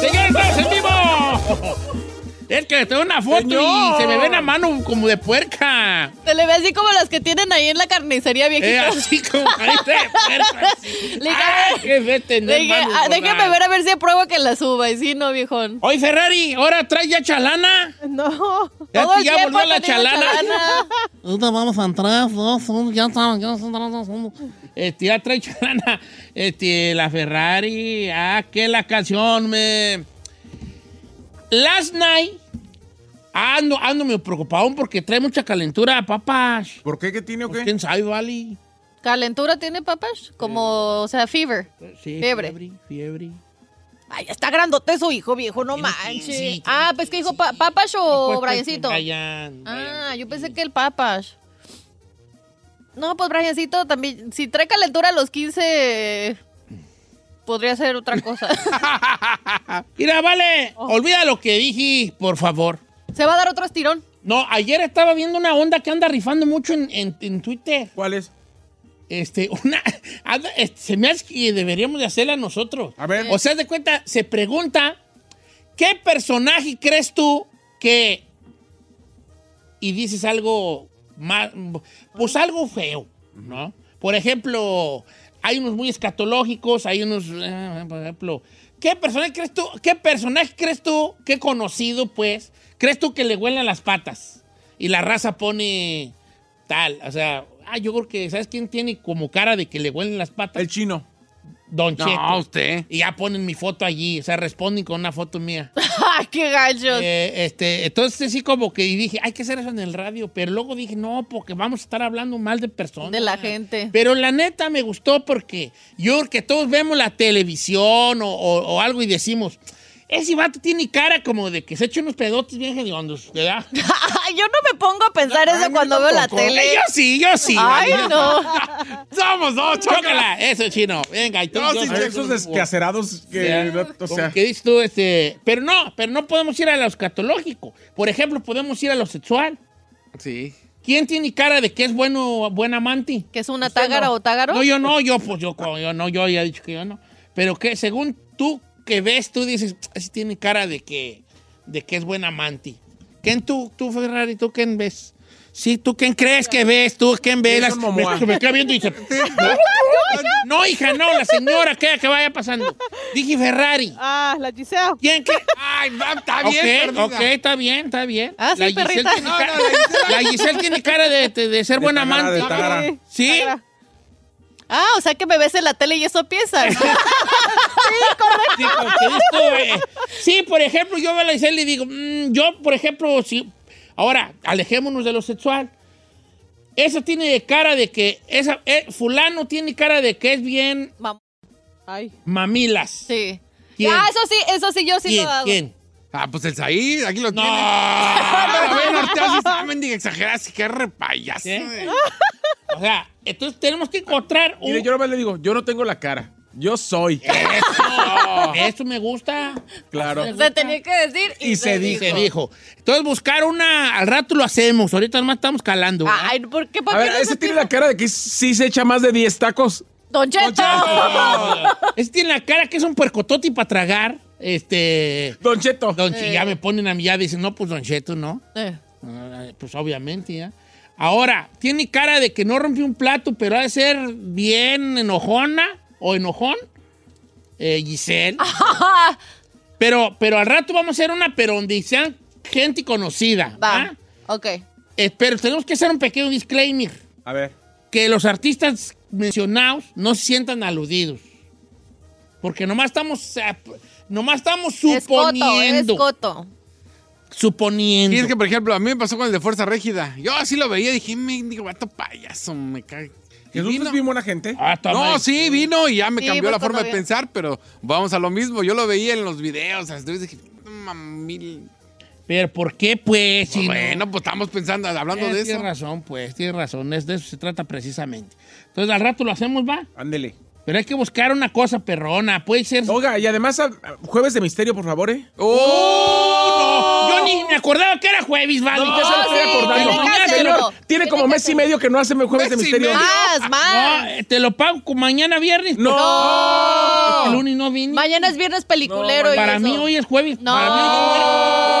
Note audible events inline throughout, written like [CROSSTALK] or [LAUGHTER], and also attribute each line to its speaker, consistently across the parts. Speaker 1: Señores, estamos en vivo. Es que tengo una foto y se me ve la mano como de puerca.
Speaker 2: Se le ve así como las que tienen ahí en la carnicería [LAUGHS]
Speaker 1: Eh,
Speaker 2: viejita.
Speaker 1: así como carita de puerca. así.
Speaker 2: Le-
Speaker 1: Ay, qué fe tener
Speaker 2: Dije,
Speaker 1: manos
Speaker 2: "Ah, déjame
Speaker 1: borradas.
Speaker 2: ver a ver si apruebo que la suba. Y sí, no, viejón.
Speaker 1: Oye, Ferrari, ahora traes ya chalana.
Speaker 2: No.
Speaker 1: Ya
Speaker 2: Todo
Speaker 1: te-
Speaker 2: el
Speaker 1: ya
Speaker 2: tiempo
Speaker 1: volvió la
Speaker 2: he tenido
Speaker 1: chalana. [LAUGHS]
Speaker 2: chalana.
Speaker 1: Ahorita vamos a entrar, dos, uno, ya estamos, ya son tres, dos, uno. Este, ya trae chalana. Este, la Ferrari. Ah, que la canción me. Last night. ah, Ando, ando medio preocupado porque trae mucha calentura, papas.
Speaker 3: ¿Por qué? ¿Qué tiene o
Speaker 1: Pues,
Speaker 3: qué?
Speaker 1: ¿Quién sabe, Vali?
Speaker 2: ¿Calentura tiene papas? Como, o sea, fever.
Speaker 1: Sí,
Speaker 2: Fiebre.
Speaker 1: Fiebre, fiebre.
Speaker 2: Ay, está grandote su hijo, viejo, no
Speaker 1: Tiene
Speaker 2: manches.
Speaker 1: 15,
Speaker 2: ah, pues que dijo pa-
Speaker 1: Pues, pues,
Speaker 2: papas o Oh, Briancito.
Speaker 1: Brian,
Speaker 2: Ah,
Speaker 1: Brian.
Speaker 2: yo pensé que el papas. No, pues Briancito también. Si trae calentura a los 15, podría ser otra
Speaker 1: [LAUGHS]
Speaker 2: cosa.
Speaker 1: Mira, vale,
Speaker 2: Oh.
Speaker 1: olvida lo que dije, por favor.
Speaker 2: Se va a dar
Speaker 1: [LAUGHS]
Speaker 2: otro estirón.
Speaker 1: No, ayer estaba viendo una onda que anda rifando mucho en, en- en Twitter.
Speaker 3: ¿Cuál es?
Speaker 1: Este, [LAUGHS] una. anda- este, se me hace que deberíamos de hacerla nosotros.
Speaker 3: A ver.
Speaker 1: O sea, haz de cuenta, se pregunta: ¿qué personaje crees tú que. Y dices algo más. Pues algo feo, ¿no? Por ejemplo, hay unos muy escatológicos, hay unos. eh, Por ejemplo, ¿qué personaje crees tú? ¿Qué personaje crees tú? ¿Qué conocido, pues? ¿Crees tú que le huelen las patas? Y la raza pone tal. O sea, ah, yo creo que, ¿sabes quién tiene como cara de que le huelen las patas?
Speaker 3: El chino.
Speaker 1: Don Cheto.
Speaker 3: usted.
Speaker 1: Y ya ponen mi foto allí, o sea, responden con una foto mía.
Speaker 2: ¡Ay, qué gallos!
Speaker 1: Eh, este, entonces sí como que dije, hay que hacer eso en el radio, pero luego dije, no, porque vamos a estar hablando mal de personas.
Speaker 2: De la gente.
Speaker 1: Pero la neta me gustó porque yo creo que todos vemos la televisión o, o- o algo y decimos, ese vato tiene cara como de que se echa unos pedotes bien hediondos,
Speaker 2: [LAUGHS]
Speaker 1: ¿verdad? [LAUGHS]
Speaker 2: Yo no me pongo a pensar eso cuando veo la tele.
Speaker 1: Yo sí, yo sí.
Speaker 2: Ay,
Speaker 1: vale.
Speaker 2: no.
Speaker 1: [LAUGHS] Somos dos, chócala. Eso, chino. Venga, y tú.
Speaker 3: No,
Speaker 1: yo-
Speaker 3: sí,
Speaker 1: yo-
Speaker 3: esos descacerados que. O sea,
Speaker 1: ¿Qué dices tú? Este, pero no, pero no podemos ir a lo escatológico. Por ejemplo, podemos ir a lo sexual.
Speaker 4: Sí.
Speaker 1: ¿Quién tiene cara de que es bueno, buen amante?
Speaker 2: ¿Que es una tágara o tágaro?
Speaker 1: No, yo no, yo, pues yo, co- yo no, yo ya he dicho que yo no. Pero que según tú que ves, tú dices, así tiene cara de que, de que es buen amante. ¿Quién tú, tú, Ferrari, tú quién ves? Sí, ¿tú quién crees que ves? ¿Tú quién ves?
Speaker 3: Jason
Speaker 1: Las-
Speaker 3: Momoa.
Speaker 1: me, me queda viendo y
Speaker 3: [LAUGHS]
Speaker 1: dice, no, hija, no, la señora, que, que vaya pasando. Dije Ferrari.
Speaker 2: Ah, la Giselle.
Speaker 1: ¿Quién crees?
Speaker 3: Ay, va, está
Speaker 1: Ok,
Speaker 3: bien, perdida.
Speaker 1: ok, está bien, está bien.
Speaker 2: Ah, sí,
Speaker 1: Giselle
Speaker 2: perrita.
Speaker 1: tiene
Speaker 3: No,
Speaker 1: cara-
Speaker 3: no, la
Speaker 1: la Giselle tiene cara de, de- de ser
Speaker 3: De
Speaker 1: buena
Speaker 3: tagara,
Speaker 1: amante.
Speaker 3: de tagara.
Speaker 1: ¿Sí?
Speaker 2: Ah, o sea que me ves en la tele y eso piensas.
Speaker 1: Sí, como que dices tú, eh, sí, por ejemplo, yo veo a la Giselle y digo, mm, yo, por ejemplo, si. Ahora, alejémonos de lo sexual. Eso tiene cara de que. Esa, eh, fulano tiene cara de que es bien
Speaker 2: Mam- Ay.
Speaker 1: mamilas.
Speaker 2: Sí.
Speaker 1: ¿Quién?
Speaker 2: Ah, eso sí, eso sí, yo sí
Speaker 1: ¿Quién?
Speaker 2: lo hago. [LAUGHS]
Speaker 1: ¿Quién?
Speaker 4: Ah, pues el Said, aquí lo
Speaker 1: No. [LAUGHS]
Speaker 4: tiene. Pero ven, Ortega, sí está mendiga exagerada, así que repayaso.
Speaker 1: ¿Sí? eh. O sea, entonces tenemos que encontrar un.
Speaker 3: Mire, yo nomás le digo, yo no tengo la cara. Yo soy.
Speaker 1: Eso, eso me gusta.
Speaker 3: Claro.
Speaker 1: Eso me
Speaker 2: [LAUGHS] Se
Speaker 1: gusta.
Speaker 2: tenía que decir y,
Speaker 3: Y se
Speaker 1: Se dijo. Entonces, buscar una. Al rato lo hacemos. Ahorita nomás estamos calando. ¿verdad?
Speaker 2: Ay, ¿por qué? ¿Por
Speaker 3: A
Speaker 2: qué
Speaker 3: ver,
Speaker 2: no
Speaker 3: ese
Speaker 2: se
Speaker 3: tiene
Speaker 2: tira?
Speaker 3: la cara de que sí se echa más de 10 tacos.
Speaker 2: ¡Don Cheto!
Speaker 1: Ese tiene la cara que es un puercotote para tragar. Este.
Speaker 3: Don Cheto.
Speaker 1: Don Ch- ya me ponen a mí, ya dicen, no, pues Don Cheto, ¿no?
Speaker 2: Eh,
Speaker 1: Ah, Pues obviamente, ¿ya? Ahora, tiene cara de que no rompió un plato, pero ha de ser bien enojona o enojón, eh, Giselle. Pero, pero al rato vamos a hacer una, pero donde sean gente conocida.
Speaker 2: [LAUGHS] Va.
Speaker 1: ¿ah?
Speaker 2: Ok.
Speaker 1: Eh, pero tenemos que hacer un pequeño disclaimer.
Speaker 3: A ver.
Speaker 1: Que los artistas mencionados no se sientan aludidos. Porque nomás estamos, eh, nomás estamos
Speaker 2: Es coto, es
Speaker 1: suponiendo.
Speaker 2: coto.
Speaker 1: suponiendo.
Speaker 4: Y es que, por ejemplo, a mí me pasó con el de Fuerza Régida. Yo así lo veía y dije, me digo, vato payaso, me cae. Y
Speaker 3: Jesús
Speaker 4: vino-
Speaker 3: es bien buena gente.
Speaker 1: Ah, está
Speaker 4: No,
Speaker 1: mal.
Speaker 4: sí, vino y ya me
Speaker 2: Sí,
Speaker 4: cambió
Speaker 2: pues,
Speaker 4: la forma de
Speaker 2: todavía.
Speaker 4: pensar, pero vamos a lo mismo. Yo lo veía en los videos, así, entonces dije, mamil.
Speaker 1: Pero ¿por qué, pues? si no?
Speaker 4: bueno, pues estamos pensando, hablando
Speaker 1: Eh,
Speaker 4: de eso.
Speaker 1: Tienes razón, pues, tienes razón. Es de eso se trata precisamente. Entonces, al rato lo hacemos, va.
Speaker 3: Ándele.
Speaker 1: Pero hay que buscar una cosa perrona. Puede ser.
Speaker 3: Oiga, y además, a- a- jueves de misterio, por favor, ¿eh?
Speaker 4: ¡Oh!
Speaker 1: No, yo ni me acordaba que era jueves, vale.
Speaker 3: Ya se lo estoy
Speaker 2: sí,
Speaker 3: acordando.
Speaker 2: tiene que
Speaker 3: Señor,
Speaker 2: hacerlo.
Speaker 3: tiene como
Speaker 2: Tiene que
Speaker 3: mes y
Speaker 2: hacerlo.
Speaker 3: medio que no hace jueves de
Speaker 4: Mes y
Speaker 3: misterio.
Speaker 4: medio.
Speaker 2: Más,
Speaker 1: No,
Speaker 2: más.
Speaker 1: eh, te lo pago con mañana viernes.
Speaker 3: No.
Speaker 1: El lunes no vine.
Speaker 2: Mañana es viernes peliculero. y
Speaker 1: Para
Speaker 2: eso.
Speaker 1: mí hoy es jueves.
Speaker 2: No.
Speaker 1: Para mí hoy es jueves.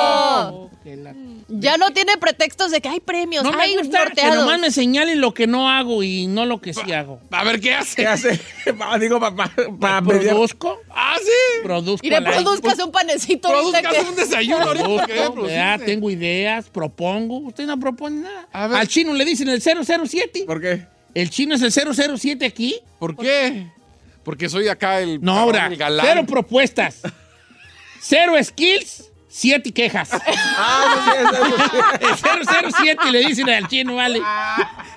Speaker 2: Ya no tiene pretextos de que hay premios.
Speaker 1: No
Speaker 2: hay
Speaker 1: me gusta que
Speaker 2: norteados.
Speaker 1: nomás me señalen lo que no hago y no lo que sí hago.
Speaker 4: A ver qué hace.
Speaker 3: ¿Qué hace? [LAUGHS] Va, Digo, para
Speaker 1: ¿Produzco?
Speaker 4: Ah, sí.
Speaker 1: Produzco.
Speaker 2: Y le
Speaker 1: al aire.
Speaker 2: produzcas un panecito. ahorita
Speaker 4: Produzcas un desayuno ahorita.
Speaker 1: Produzco,
Speaker 4: porque ya
Speaker 1: ya
Speaker 4: produciste.
Speaker 1: tengo ideas, propongo. Usted no propone nada.
Speaker 4: A ver.
Speaker 1: Al chino le dicen el 007.
Speaker 3: ¿Por qué?
Speaker 1: ¿El chino es el 007 aquí?
Speaker 4: ¿Por qué? Porque soy acá el,
Speaker 1: No,
Speaker 4: cabrón,
Speaker 1: ahora.
Speaker 4: el galán.
Speaker 1: Cero propuestas. Cero skills. Siete
Speaker 4: [LAUGHS]
Speaker 1: quejas.
Speaker 3: Ah,
Speaker 1: El 007 le dicen al chino, vale.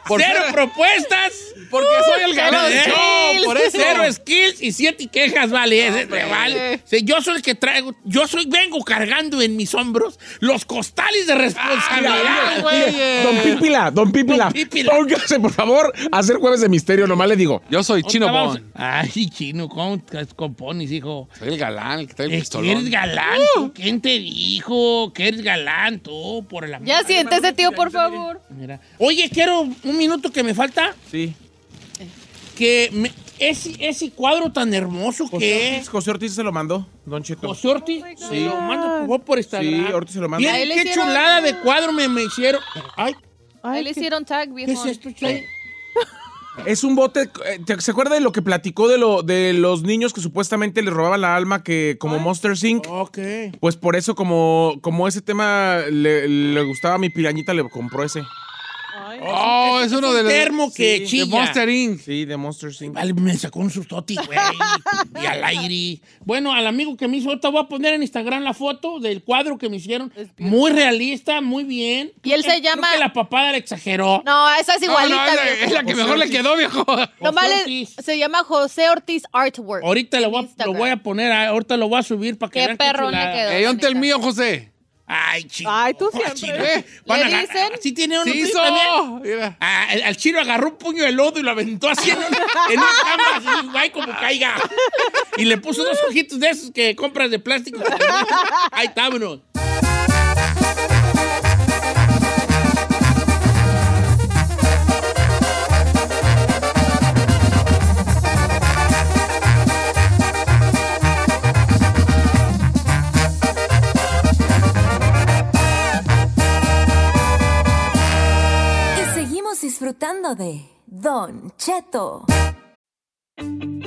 Speaker 4: Por
Speaker 1: cero
Speaker 4: ser-
Speaker 1: propuestas.
Speaker 4: Porque soy el galán.
Speaker 1: Cero
Speaker 4: Yo,
Speaker 1: skills.
Speaker 4: por eso.
Speaker 1: Cero skills y siete quejas, vale. Ese te vale. Sí, yo soy el que traigo, yo soy, vengo cargando en mis hombros los costales de responsabilidad.
Speaker 4: Güeyes.
Speaker 3: Don Pípila, don
Speaker 1: Eh.
Speaker 3: Pípila.
Speaker 1: Don Pípila.
Speaker 3: Póngase, por favor, a hacer jueves de misterio, nomás le digo.
Speaker 4: Yo soy Chino
Speaker 1: Ahorita vamos-
Speaker 4: Bon.
Speaker 1: Ay, chino, ¿cómo te compones, hijo?
Speaker 4: Soy el galán, el que trae el
Speaker 1: Eh, que
Speaker 4: pistolón.
Speaker 1: eres galán,
Speaker 4: Uh.
Speaker 1: tú? ¿quién te dijo que eres galán tú? Por el amor.
Speaker 2: Ya siéntese, tío, por favor.
Speaker 1: Mira. Oye, quiero un minuto que me falta,
Speaker 3: Sí.
Speaker 1: que me- ese, ese cuadro tan hermoso
Speaker 3: José
Speaker 1: que
Speaker 3: Ortiz,
Speaker 1: es.
Speaker 3: José Ortiz se lo mandó, Don Cheto.
Speaker 1: José Ortiz, se lo mando por, por Instagram.
Speaker 3: Sí, Ortiz se lo manda.
Speaker 1: Miren
Speaker 2: Ahí le
Speaker 1: qué
Speaker 2: hicieron-
Speaker 1: chulada de cuadro me, me hicieron. Ay,
Speaker 2: Ahí le hicieron tag,
Speaker 1: ¿qué es
Speaker 2: viejo.
Speaker 1: esto, Chay?
Speaker 3: Es un bote. eh, ¿te- ¿Se acuerda de lo que platicó de, lo, de los niños que supuestamente les robaban la alma que como Monster Inc?
Speaker 1: Ok.
Speaker 3: Pues por eso, como, como ese tema le, le gustaba a mi pirañita, le compró ese.
Speaker 4: Oh, es uno de los.
Speaker 1: termo que
Speaker 4: de
Speaker 1: chilla.
Speaker 4: Monster Inc.
Speaker 3: Sí, de Monster Inc.
Speaker 1: Vale, me sacó un sustoti, güey. y al aire. Bueno, al amigo que me hizo, ahorita voy a poner en Instagram la foto del cuadro que me hicieron. Muy realista, muy bien.
Speaker 2: Y él se
Speaker 1: Creo
Speaker 2: llama-
Speaker 1: que la papada le exageró.
Speaker 2: No, esa es
Speaker 4: No, no,
Speaker 2: igualita,
Speaker 4: es la-
Speaker 2: viejo.
Speaker 4: es la que mejor le quedó, viejo.
Speaker 2: Nomás
Speaker 1: José
Speaker 2: le-
Speaker 1: Ortiz.
Speaker 2: se llama José Ortiz Artwork.
Speaker 1: Ahorita lo
Speaker 2: en
Speaker 1: voy, a, lo
Speaker 2: Instagram.
Speaker 1: voy a poner, ah, ahorita lo voy a subir para que
Speaker 2: Qué
Speaker 1: vean
Speaker 2: perro le
Speaker 1: chulada.
Speaker 2: quedó.
Speaker 4: Eh, ¿Dónde el
Speaker 2: bonita.
Speaker 4: mío, José?
Speaker 1: Ay, chido.
Speaker 5: Ay, tú
Speaker 1: Ay, chino.
Speaker 5: siempre.
Speaker 1: Van
Speaker 2: ¿Le
Speaker 1: a agarrar-
Speaker 2: dicen?
Speaker 1: Sí tiene uno.
Speaker 4: ¡Sí
Speaker 1: ¿tú también?
Speaker 4: hizo! Mira.
Speaker 1: Ah, el- al chino agarró un puño de lodo y lo aventó así en una, en una cama, así, guay, como caiga. Y le puso dos ojitos de esos que compras de plástico. Ahí está, vámonos.
Speaker 6: Y seguimos disfrutando de Don Cheto.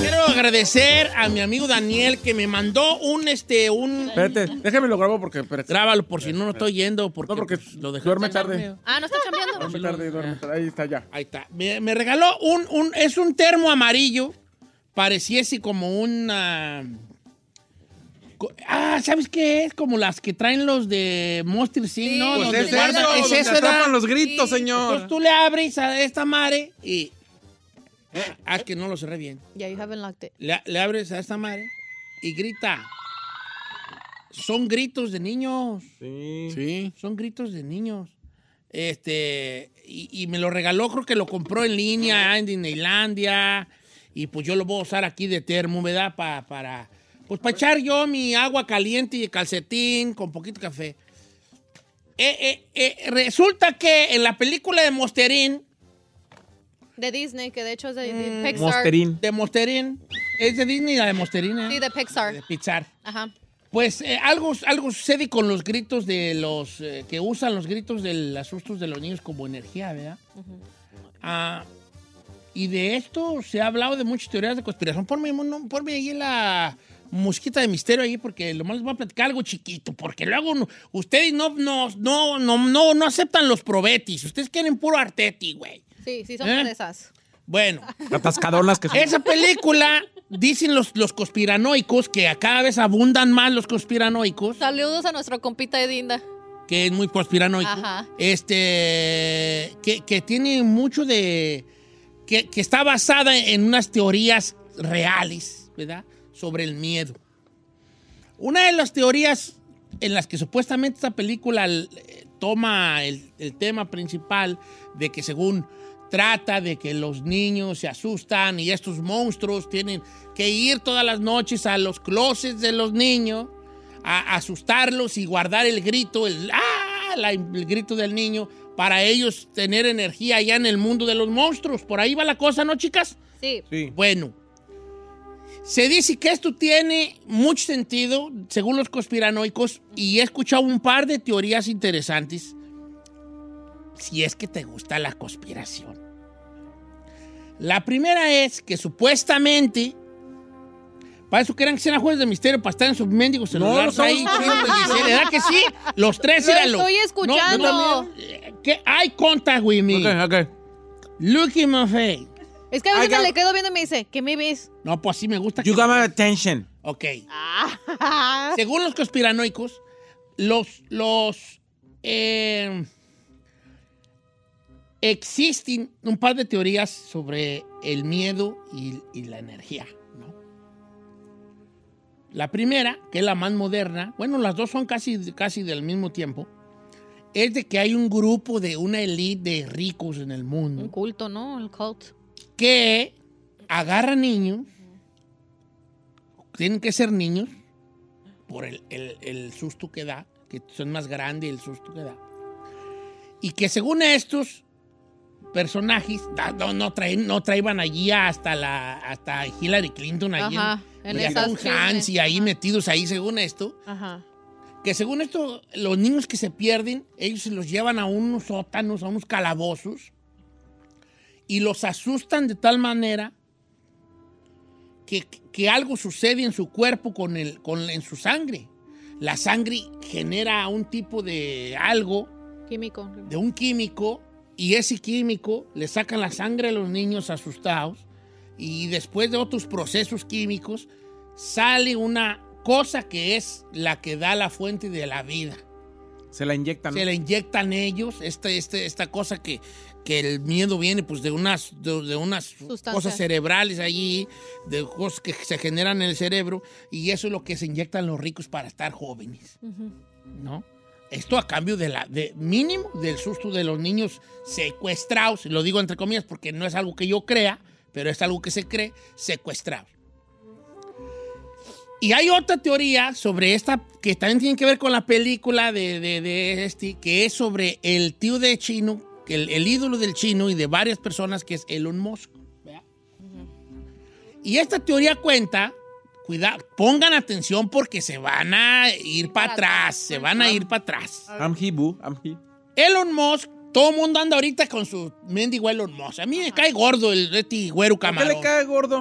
Speaker 1: Quiero agradecer a mi amigo Daniel que me mandó un, este, un...
Speaker 3: Espérate, déjame lo grabo porque. espérate.
Speaker 1: Grábalo por si no, no estoy yendo. Porque,
Speaker 3: No, porque
Speaker 1: pues, lo dejé
Speaker 3: duerme
Speaker 1: colgado.
Speaker 3: tarde.
Speaker 2: Ah, no está
Speaker 1: [LAUGHS]
Speaker 2: cambiando.
Speaker 3: Duerme tarde, duerme tarde. Ahí está ya.
Speaker 1: Ahí está. Me, me regaló un, un- Es un termo amarillo. Pareciese como una. co- Ah, ¿sabes qué es? Como las que traen los de Monster Inc,
Speaker 2: Sí,
Speaker 1: ¿no?
Speaker 2: pues
Speaker 1: Donde
Speaker 2: es eso,
Speaker 1: guardan-
Speaker 2: donde
Speaker 1: es eso, ¿verdad?
Speaker 4: atrapan los gritos,
Speaker 2: Sí.
Speaker 1: Entonces
Speaker 4: señor.
Speaker 1: tú le abres a esta madre y. Ah, que no lo cerré bien.
Speaker 2: Yeah, you haven't locked it.
Speaker 1: Le, le abres a esta madre y grita. Son gritos de niños.
Speaker 3: Sí.
Speaker 4: Sí.
Speaker 1: Son gritos de niños. Este, y, y me lo regaló, creo que lo compró en línea ah, en Disneylandia. Y pues yo lo voy a usar aquí de termo, ¿verdad? Pa- para, pues para echar yo mi agua caliente y calcetín con poquito café. Eh, eh, eh, resulta que en la película de Monsterín,
Speaker 2: De Disney, que de hecho es de,
Speaker 1: Mm,
Speaker 2: de Pixar.
Speaker 3: Monsterín.
Speaker 1: de Monsterín, es de Disney la de Monsterín, ¿eh?
Speaker 2: Sí, de Pixar.
Speaker 1: de Pixar.
Speaker 2: Ajá.
Speaker 1: Pues eh, algo, algo sucede con los gritos de los eh, que usan los gritos de los asustos de los niños como energía, ¿verdad? Ah, y de esto se ha hablado de muchas teorías de conspiración. Ponme, no, ponme ahí la mosquita de misterio ahí, porque lo más les voy a platicar algo chiquito, porque luego no- ustedes no, no, no, no, no, no aceptan los probetis. Ustedes quieren puro arteti, güey.
Speaker 2: Sí, sí, somos
Speaker 1: ¿Eh?
Speaker 2: de esas.
Speaker 1: Bueno.
Speaker 3: Atascadonas [LAUGHS] que son.
Speaker 1: Esa película, dicen los, los conspiranoicos, que a cada vez abundan más los conspiranoicos,
Speaker 2: Saludos a nuestro compita de Dinda.
Speaker 1: que es muy conspiranoico,
Speaker 2: Ajá.
Speaker 1: este, que, que tiene mucho de... Que, que está basada en unas teorías reales, ¿verdad? Sobre el miedo. Una de las teorías en las que supuestamente esta película eh, toma el, el tema principal de que según trata de que los niños se asustan y estos monstruos tienen que ir todas las noches a los closets de los niños a asustarlos y guardar el grito, el, ¡ah! la- el grito del niño para ellos tener energía allá en el mundo de los monstruos. Por ahí va la cosa, ¿no, chicas?
Speaker 2: Sí.
Speaker 3: Sí.
Speaker 1: Bueno, se dice que esto tiene mucho sentido, según los conspiranoicos, y he escuchado un par de teorías interesantes. Si es que te gusta la conspiración. La primera es que supuestamente. Para eso querían que sean jueves de misterio, para estar en sus mendigos celulares
Speaker 3: no,
Speaker 1: ahí.
Speaker 3: no,
Speaker 1: Sí, pues, ¿Verdad que sí? Los tres,
Speaker 2: Lo
Speaker 1: míralo.
Speaker 2: estoy escuchando.
Speaker 1: No, no, eh, que hay contact with me.
Speaker 3: Ok, ok.
Speaker 1: Look in my face.
Speaker 2: Es que a veces
Speaker 3: Ay,
Speaker 2: me
Speaker 3: ya-
Speaker 2: le quedo viendo y me dice, ¿qué me ves?
Speaker 1: No, pues sí me gusta.
Speaker 3: You
Speaker 1: que-
Speaker 3: got my attention.
Speaker 1: Ok. Según los conspiranoicos, los, los eh, existen un par de teorías sobre el miedo y, y la energía. ¿no? La primera, que es la más moderna, bueno, las dos son casi, casi del mismo tiempo, es de que hay un grupo de una elite de ricos en el mundo
Speaker 2: Un culto, ¿no? El cult.
Speaker 1: que agarra niños, tienen que ser niños, por el, el- el susto que da, que son más grandes el susto que da. Y que según estos personajes, da- no, no, traen- no traían allí hasta, la, hasta Hillary Clinton, allí
Speaker 2: Ajá. En
Speaker 1: en,
Speaker 2: esas
Speaker 1: Tom
Speaker 2: Disney.
Speaker 1: Hanks y ahí metidos ahí según esto,
Speaker 2: Ajá.
Speaker 1: que según esto, los niños que se pierden, ellos se los llevan a unos sótanos, a unos calabozos, y los asustan de tal manera que, que algo sucede en su cuerpo, con el, con, en su sangre. La sangre genera un tipo de algo,
Speaker 2: Químico.
Speaker 1: de un químico, y ese químico le sacan la sangre a los niños asustados, y después de otros procesos químicos, sale una cosa que es la que da la fuente de la vida.
Speaker 3: Se la inyectan. ¿no?
Speaker 1: Se le inyectan ellos este, este, esta cosa que, que el miedo viene pues de unas, de, de unas
Speaker 2: Sustancia.
Speaker 1: cosas cerebrales allí, de cosas que se generan en el cerebro, y eso es lo que se inyectan los ricos para estar jóvenes, ¿no? Esto a cambio de la, de mínimo del susto de los niños secuestrados, lo digo entre comillas porque no es algo que yo crea, pero es algo que se cree, secuestrados. Y hay otra teoría sobre esta que también tiene que ver con la película de, de- de este, que es sobre el tío de chino, que el, el ídolo del chino y de varias personas, que es Elon Musk. ¿verdad? Y esta teoría cuenta, cuidado, pongan atención porque se van a ir para
Speaker 2: para
Speaker 1: atrás, pues, se van a ir para atrás.
Speaker 3: I'm he, boo, I'm he.
Speaker 1: Elon Musk, todo el mundo anda ahorita con su mendigo Elon Musk. A mí me cae gordo el este güero
Speaker 3: ¿Por qué
Speaker 1: camarón.
Speaker 3: le cae [LAUGHS] gordo?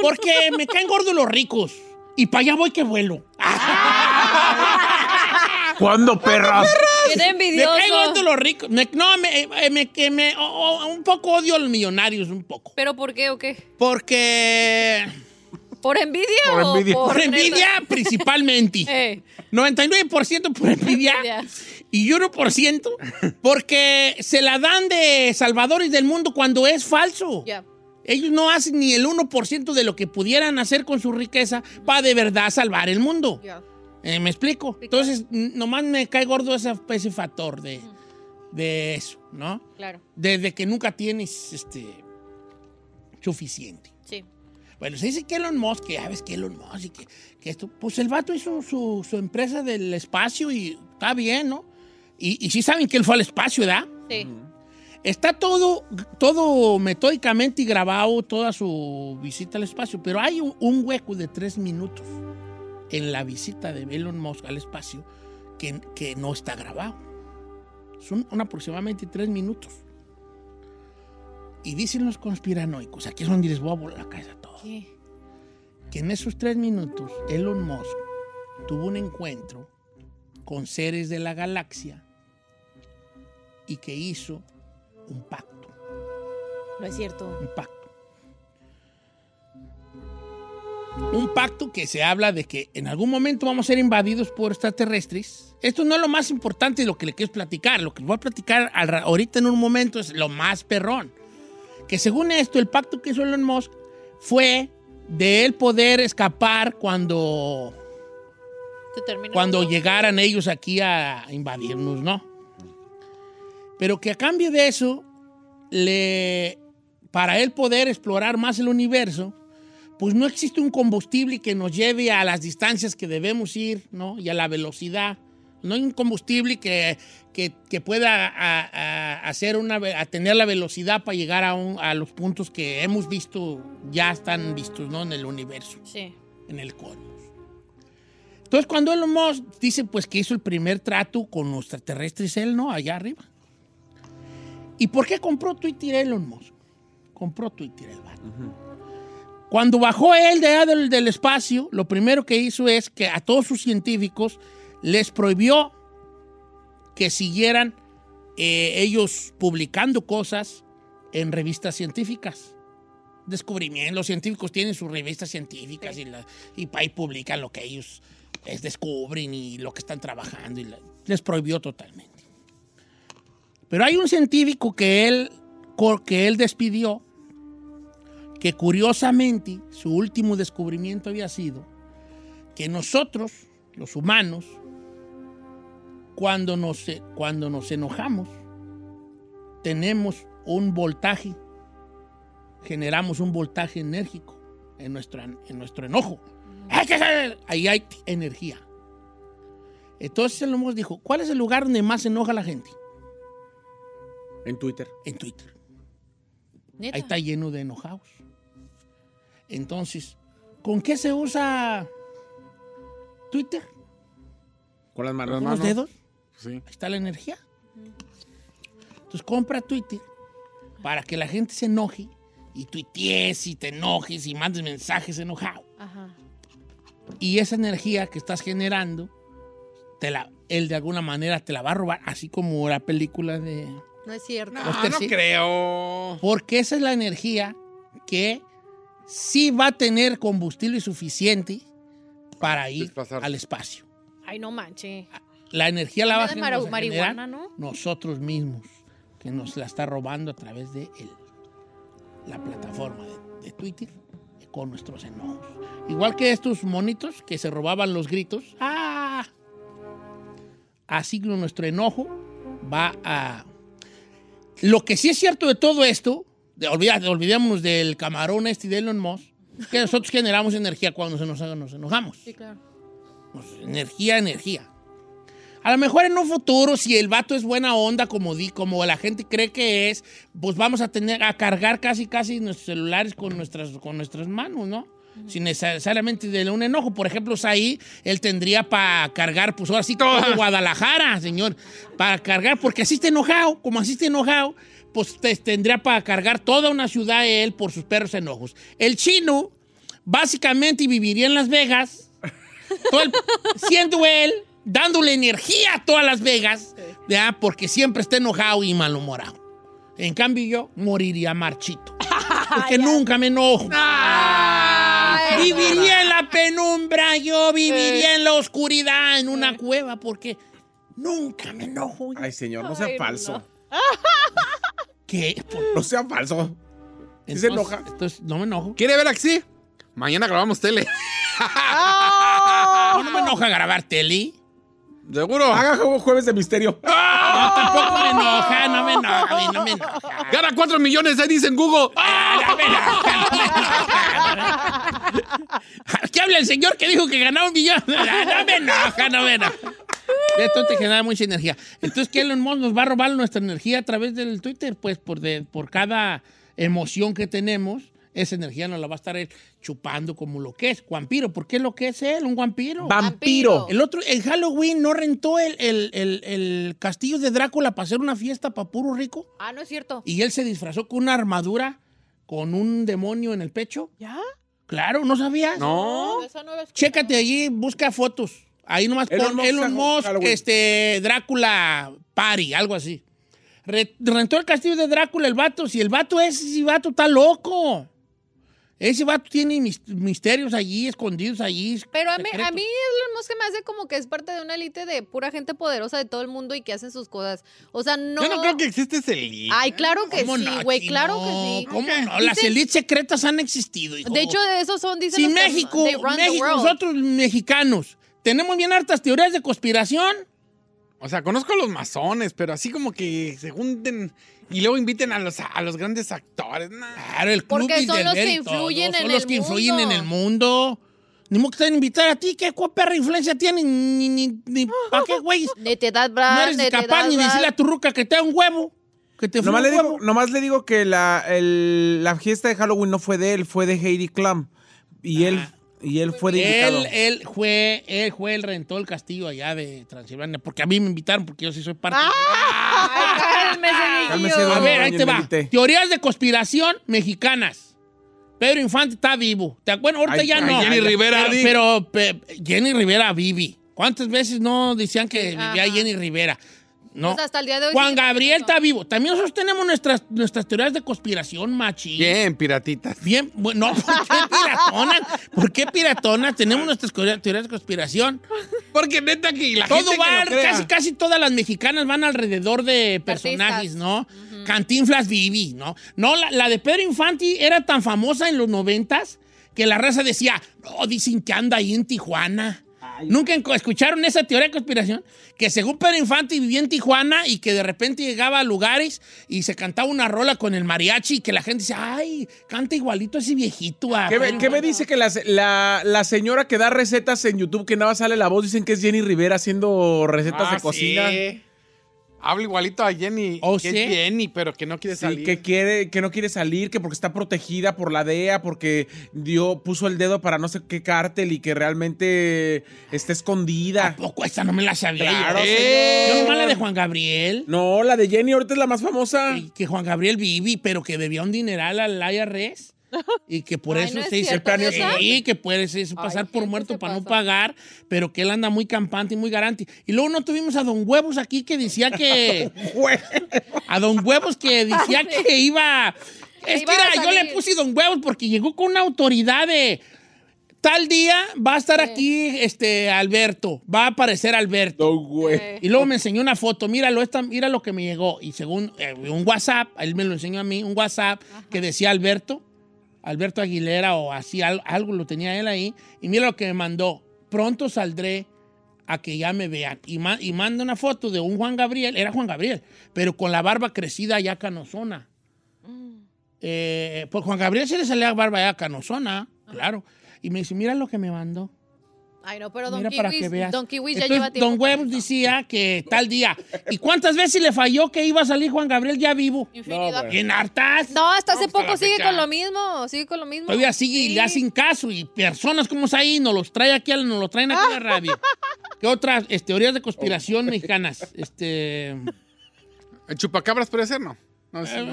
Speaker 1: Porque me caen gordos los ricos. Y para allá voy que vuelo.
Speaker 3: ¿Cuándo, perras?
Speaker 2: Bien [LAUGHS]
Speaker 1: Me caen gordos
Speaker 2: envidioso.
Speaker 1: los ricos. Me- no, me, eh, me- que me- o- o- un poco odio a los millonarios, un poco.
Speaker 2: ¿Pero por qué o qué?
Speaker 1: Porque.
Speaker 2: ¿Por envidia
Speaker 3: Por
Speaker 2: o
Speaker 3: envidia.
Speaker 1: Por envidia, principalmente.
Speaker 2: Eh,
Speaker 1: 99% por envidia
Speaker 2: Ya.
Speaker 1: y 1% porque se la dan de salvadores del mundo cuando es falso.
Speaker 2: ya.
Speaker 1: Ellos no hacen ni el 1% de lo que pudieran hacer con su riqueza para de verdad salvar el mundo.
Speaker 2: ya.
Speaker 1: Eh, ¿Me explico? Entonces, n- nomás me cae gordo ese, ese factor de, de eso, ¿no?
Speaker 2: Claro,
Speaker 1: Desde que nunca tienes este, suficiente.
Speaker 2: sí.
Speaker 1: Bueno, se dice que Elon Musk, que ya ves que Elon Musk y que, que esto. Pues el vato hizo su, su empresa del espacio y está bien, ¿no? Y, y sí saben que él fue al espacio, ¿verdad?
Speaker 2: Sí.
Speaker 1: Está todo, todo metódicamente grabado, toda su visita al espacio, pero hay un, un hueco de tres minutos en la visita de Elon Musk al espacio que, que no está grabado. Son un- aproximadamente tres minutos. Y dicen los conspiranoicos, aquí es donde les voy a volar la cabeza a todos,
Speaker 2: ¿Qué?
Speaker 1: que en esos tres minutos Elon Musk tuvo un encuentro con seres de la galaxia y que hizo un pacto
Speaker 2: No es cierto.
Speaker 1: un pacto. Un pacto que se habla de que en algún momento vamos a ser invadidos por extraterrestres. Esto no es lo más importante de lo que le quiero platicar. Lo que voy a platicar al ra- ahorita en un momento es lo más perrón. Que según esto, el pacto que hizo Elon Musk fue de él poder escapar cuando,
Speaker 2: ¿Te termina?
Speaker 1: cuando llegaran ellos aquí a invadirnos, ¿no? Pero que a cambio de eso, le, para él poder explorar más el universo, pues no existe un combustible que nos lleve a las distancias que debemos ir, ¿no? Y a la velocidad. No hay un combustible que, que- que pueda a- a- hacer una, ve- a tener la velocidad para llegar a, un- a los puntos que hemos visto, ya están vistos, ¿no? En el universo
Speaker 2: Sí.
Speaker 1: en el cosmos. Entonces, cuando Elon Musk dice pues que hizo el primer trato con los extraterrestres, él no, allá arriba. ¿Y por qué compró Twitter Elon Musk? Compró Twitter el vato. Cuando bajó él de allá del, del espacio, lo primero que hizo es que a todos sus científicos les prohibió que siguieran eh, ellos publicando cosas en revistas científicas descubrimientos. Los científicos tienen sus revistas científicas y, la- y pa- y publican lo que ellos es, descubren y lo que están trabajando. Y la- les prohibió totalmente. Pero hay un científico que él, co- que él despidió, que curiosamente su último descubrimiento había sido que nosotros, los humanos, cuando nos, e- cuando nos enojamos, tenemos un voltaje generamos un voltaje enérgico en, nuestra- en nuestro enojo. ¡Ay, qué sé! Ahí hay energía. Entonces el Musk dijo, ¿cuál es el lugar donde más se enoja la gente?
Speaker 3: En Twitter.
Speaker 1: En Twitter.
Speaker 2: ¿Neta?
Speaker 1: Ahí está lleno de enojados. Entonces, ¿con qué se usa Twitter?
Speaker 3: Con las manos.
Speaker 1: ¿Con
Speaker 4: manos.
Speaker 1: los dedos?
Speaker 4: Sí.
Speaker 1: Ahí está la energía. Entonces compra Twitter para que la gente se enoje y tuitees y te enojes y mandes mensajes enojados.
Speaker 2: Ajá.
Speaker 1: y esa energía que estás generando, te la, él de alguna manera te la va a robar, así como la película de...
Speaker 2: No es cierto.
Speaker 4: No,
Speaker 1: Usted
Speaker 4: Ah, no
Speaker 1: sí.
Speaker 4: creo.
Speaker 1: Porque esa es la energía que sí va a tener combustible suficiente para ir
Speaker 4: Desplazarse.
Speaker 1: al espacio.
Speaker 2: Ay, no manche.
Speaker 1: La energía la
Speaker 2: ¿No
Speaker 1: vas
Speaker 2: de
Speaker 1: a
Speaker 2: mara-
Speaker 1: generar
Speaker 2: marihuana, no?
Speaker 1: nosotros mismos, que nos la está robando a través de el- la plataforma de, de Twitter con nuestros enojos. Igual que estos monitos que se robaban los gritos. ¡Ah! Así que nuestro enojo va a... Lo que sí es cierto de todo esto, de, olvida- olvidémonos del camarón este y de Elon Musk, que nosotros generamos energía cuando se nos, nos enojamos.
Speaker 2: Sí, claro.
Speaker 1: Pues, energía, energía. A lo mejor en un futuro, si el vato es buena onda, como, di, como la gente cree que es, pues vamos a tener a cargar casi casi nuestros celulares con nuestras, con nuestras manos, ¿no? Sin necesariamente de un enojo. Por ejemplo, ahí él tendría para cargar, pues ahora sí, todo de Guadalajara, señor. Para cargar, porque así está enojado, como así está enojado, pues te- tendría para cargar toda una ciudad él por sus perros enojos. El chino, básicamente, viviría en Las Vegas todo
Speaker 3: [LAUGHS]
Speaker 1: el- siendo él, dándole energía a todas Las Vegas, ¿verdad? porque siempre está enojado y malhumorado. En cambio, yo moriría marchito.
Speaker 3: [LAUGHS]
Speaker 1: Porque nunca me enojo. viviría en la penumbra, yo viviría en la oscuridad, en una cueva, porque nunca me enojo.
Speaker 3: Ay, señor, no sea
Speaker 2: Ay,
Speaker 3: falso.
Speaker 2: no.
Speaker 3: No.
Speaker 1: ¿Qué? Por-
Speaker 3: sea falso. Sí se
Speaker 1: entonces-
Speaker 3: enoja.
Speaker 1: Entonces, no me enojo.
Speaker 4: ¿Quiere ver Axi? Mañana grabamos tele.
Speaker 1: No, no me enoja grabar tele.
Speaker 4: Seguro.
Speaker 3: Haga como jueves de misterio.
Speaker 1: No, tampoco me enoja, no me enoja, a mí no me enoja.
Speaker 3: [LAUGHS]
Speaker 4: Gana 4 millones, ahí dicen Google.
Speaker 1: Ah, ¿Qué habla el señor que dijo que ganaba un millón? No me enoja, no me enoja. Esto te genera mucha energía. Entonces, ¿qué Elon Musk nos va a robar nuestra energía a través del Twitter? Pues por, de- por cada emoción que tenemos, esa energía nos la va a estar él chupando como lo que es. Vampiro, ¿por qué es lo que es él? Un vampiro.
Speaker 3: Vampiro.
Speaker 1: el otro, en Halloween, ¿no rentó el, el- el- el castillo de Drácula para hacer una fiesta para puro rico?
Speaker 2: Ah, no es cierto.
Speaker 1: Y él se disfrazó con una armadura con un demonio en el pecho.
Speaker 2: ¿Ya?
Speaker 1: Claro, ¿no sabías?
Speaker 4: No.
Speaker 2: Esa no la escuché.
Speaker 1: Chécate allí, busca fotos. Ahí nomás
Speaker 3: Elon
Speaker 1: pon
Speaker 3: Musk
Speaker 1: Elon
Speaker 3: Hall-
Speaker 1: Musk,
Speaker 3: Halloween.
Speaker 1: este, Drácula Party, algo así. Re- rentó el castillo de Drácula el vato. Si el vato es, ese vato está loco. Ese vato tiene mis- misterios allí, escondidos allí.
Speaker 2: Pero a mí, a
Speaker 1: secretos.
Speaker 2: mí Elon Musk se me hace como que es parte de una élite de pura gente poderosa de todo el mundo y que hacen sus cosas. O sea, no.
Speaker 4: Yo no creo que existe ese link.
Speaker 2: Ay, claro que
Speaker 1: ¿Cómo
Speaker 2: sí,
Speaker 1: no,
Speaker 2: güey,
Speaker 1: chino?
Speaker 2: claro que sí.
Speaker 1: ¿Cómo no?
Speaker 2: Dicen-
Speaker 1: Las élites secretas han existido, hijo.
Speaker 2: De hecho, de esos son, dicen.
Speaker 1: Si
Speaker 2: los que-
Speaker 1: México,
Speaker 2: they run the
Speaker 1: México,
Speaker 2: world.
Speaker 1: nosotros mexicanos, tenemos bien hartas teorías de conspiración.
Speaker 4: O sea, conozco a los masones, pero así como que se junten y luego inviten a los, a los grandes actores. nah.
Speaker 1: Claro, el club
Speaker 2: Porque son
Speaker 1: Bilderberg
Speaker 2: los que
Speaker 1: y todo,
Speaker 2: influyen
Speaker 1: son
Speaker 2: en
Speaker 1: los
Speaker 2: el
Speaker 1: que influyen
Speaker 2: mundo.
Speaker 1: en el mundo. Ni modo que te van a invitar a ti, ¿qué cuál perra influencia tienes? Ni, ni, ni, ¿Para qué,
Speaker 2: [LAUGHS]
Speaker 1: güey?
Speaker 2: Nete that
Speaker 1: No
Speaker 2: brand,
Speaker 1: eres
Speaker 2: nete
Speaker 1: capaz
Speaker 2: that
Speaker 1: ni de
Speaker 2: brand.
Speaker 1: decirle a tu ruca que te da un huevo. Que te fuma
Speaker 3: Nomás le,
Speaker 1: un
Speaker 3: digo,
Speaker 1: huevo.
Speaker 3: nomás le digo que la, el- la fiesta de Halloween no fue de él, fue de Heidi Klum. Y él, y Ah. él fue de invitado.
Speaker 1: Él, él fue, él fue, él rentó el castillo allá de Transilvania, porque a mí me invitaron, porque yo sí soy parte.
Speaker 2: Ah,
Speaker 1: "Ah,
Speaker 2: Ay, cálmese,
Speaker 3: Cálmese,
Speaker 2: niño.
Speaker 3: don-
Speaker 1: A ver, ahí
Speaker 3: doña
Speaker 1: te va.
Speaker 3: Melite.
Speaker 1: Teorías de conspiración mexicanas. Pedro Infante está vivo. ¿Te acuerdas? Ahorita
Speaker 3: Ay,
Speaker 1: ya
Speaker 3: ay,
Speaker 1: no.
Speaker 4: Jenny Rivera, di.
Speaker 1: Pero, pero, pe- Jenny Rivera vivi. ¿Cuántas veces no decían que
Speaker 2: Ajá.
Speaker 1: vivía Jenny Rivera? No.
Speaker 2: Pues hasta el día de hoy
Speaker 1: Juan
Speaker 2: sigue
Speaker 1: Gabriel
Speaker 2: pasando.
Speaker 1: está vivo. También nosotros tenemos nuestras, nuestras teorías de conspiración, machi.
Speaker 4: Bien, piratitas.
Speaker 1: Bien, bueno, no, [LAUGHS] ¿por qué piratonas? ¿Por qué piratonas? Tenemos nuestras teorías de conspiración.
Speaker 4: Porque neta que la
Speaker 1: Todo
Speaker 4: gente que
Speaker 1: va,
Speaker 4: lo crea.
Speaker 1: casi, casi todas las mexicanas van alrededor de personajes,
Speaker 2: Artistas.
Speaker 1: ¿no? Cantinflas Vivi, ¿no? No, la, la de Pedro Infante era tan famosa en los noventas que la raza decía, no, dicen que anda ahí en Tijuana. Nunca enco- escucharon esa teoría de conspiración, que según Pedro Infante vivía en Tijuana y que de repente llegaba a lugares y se cantaba una rola con el mariachi y que la gente decía, ay, canta igualito a ese viejito. a
Speaker 3: ¿Qué
Speaker 1: Pedro
Speaker 3: me, qué me
Speaker 1: Infante".
Speaker 3: dice que la, la- la señora que da recetas en YouTube, que nada más sale la voz, dicen que es Jenny Rivera haciendo recetas
Speaker 4: Ah,
Speaker 3: de cocina?
Speaker 4: sí. Habla igualito a Jenny.
Speaker 1: Oh,
Speaker 4: que
Speaker 1: sí.
Speaker 4: es Jenny, pero que no quiere
Speaker 3: Sí,
Speaker 4: salir.
Speaker 3: que quiere, que no quiere salir, que porque está protegida por la DEA, porque dio, puso el dedo para no sé qué cártel y que realmente está
Speaker 1: ¿A
Speaker 3: escondida.
Speaker 1: poco esta no me la sabía?
Speaker 3: Claro,
Speaker 1: yo.
Speaker 4: señor.
Speaker 1: Yo nomás la de Juan Gabriel.
Speaker 3: No, la de Jenny ahorita es la más famosa. [LAUGHS]
Speaker 1: Y que Juan Gabriel vivi, pero que debía un dineral al IRS y que por
Speaker 2: [LAUGHS] Ay,
Speaker 1: eso
Speaker 2: no es
Speaker 1: se hizo
Speaker 2: cierto,
Speaker 1: planeó
Speaker 2: ¿neta?
Speaker 1: sí, que puede ser- se pasar por
Speaker 2: gente,
Speaker 1: muerto
Speaker 2: se
Speaker 1: para no
Speaker 2: pasa.
Speaker 1: pagar, pero que él anda muy campante y muy garante. Y luego no tuvimos a Don Huevos aquí que decía
Speaker 2: [LAUGHS]
Speaker 1: que a Don Huevos que decía que iba es que
Speaker 2: Ah, iba a
Speaker 1: mira, yo le
Speaker 2: salir.
Speaker 1: puse Don Huevos porque llegó con una autoridad de Tal día va a estar aquí este Alberto, va a aparecer Alberto.
Speaker 3: No, güey.
Speaker 2: Eh,
Speaker 1: Y luego me enseñó una foto, míralo, esta, mira lo que me llegó. Y según eh, un WhatsApp, él me lo enseñó a mí, un WhatsApp que decía Alberto, Alberto Aguilera o así, al- algo lo tenía él ahí. Y mira lo que me mandó, pronto saldré a que ya me vean. Y, ma- y manda una foto de un Juan Gabriel, era Juan Gabriel, pero con la barba crecida ya canosona.
Speaker 2: Mm.
Speaker 1: Eh, pues Juan Gabriel se le salía barba ya canosona, claro. Y me dice, mira lo que me mandó.
Speaker 2: Ay, no, pero Don
Speaker 1: Mira para que
Speaker 2: Kiwis,
Speaker 1: veas.
Speaker 2: Don Kiwis ya
Speaker 1: Entonces,
Speaker 2: lleva tiempo.
Speaker 1: Don
Speaker 2: con
Speaker 1: Webs
Speaker 2: esto.
Speaker 1: decía que tal día. ¿Y cuántas veces le falló que iba a salir Juan Gabriel ya vivo?
Speaker 2: Infinidad.
Speaker 3: No,
Speaker 1: En hartas.
Speaker 2: No, hasta hace
Speaker 4: No, pues, a la
Speaker 2: poco sigue
Speaker 4: fecha.
Speaker 2: con lo mismo, sigue con lo mismo.
Speaker 1: Todavía sigue y
Speaker 2: Sí.
Speaker 1: le hacen caso. Y personas como esa ahí nos los trae aquí, a- nos los traen aquí a la radio. ¿Qué otras este, teorías de conspiración mexicanas? Este.
Speaker 4: El chupacabras puede ser, ¿no? No, sí, no.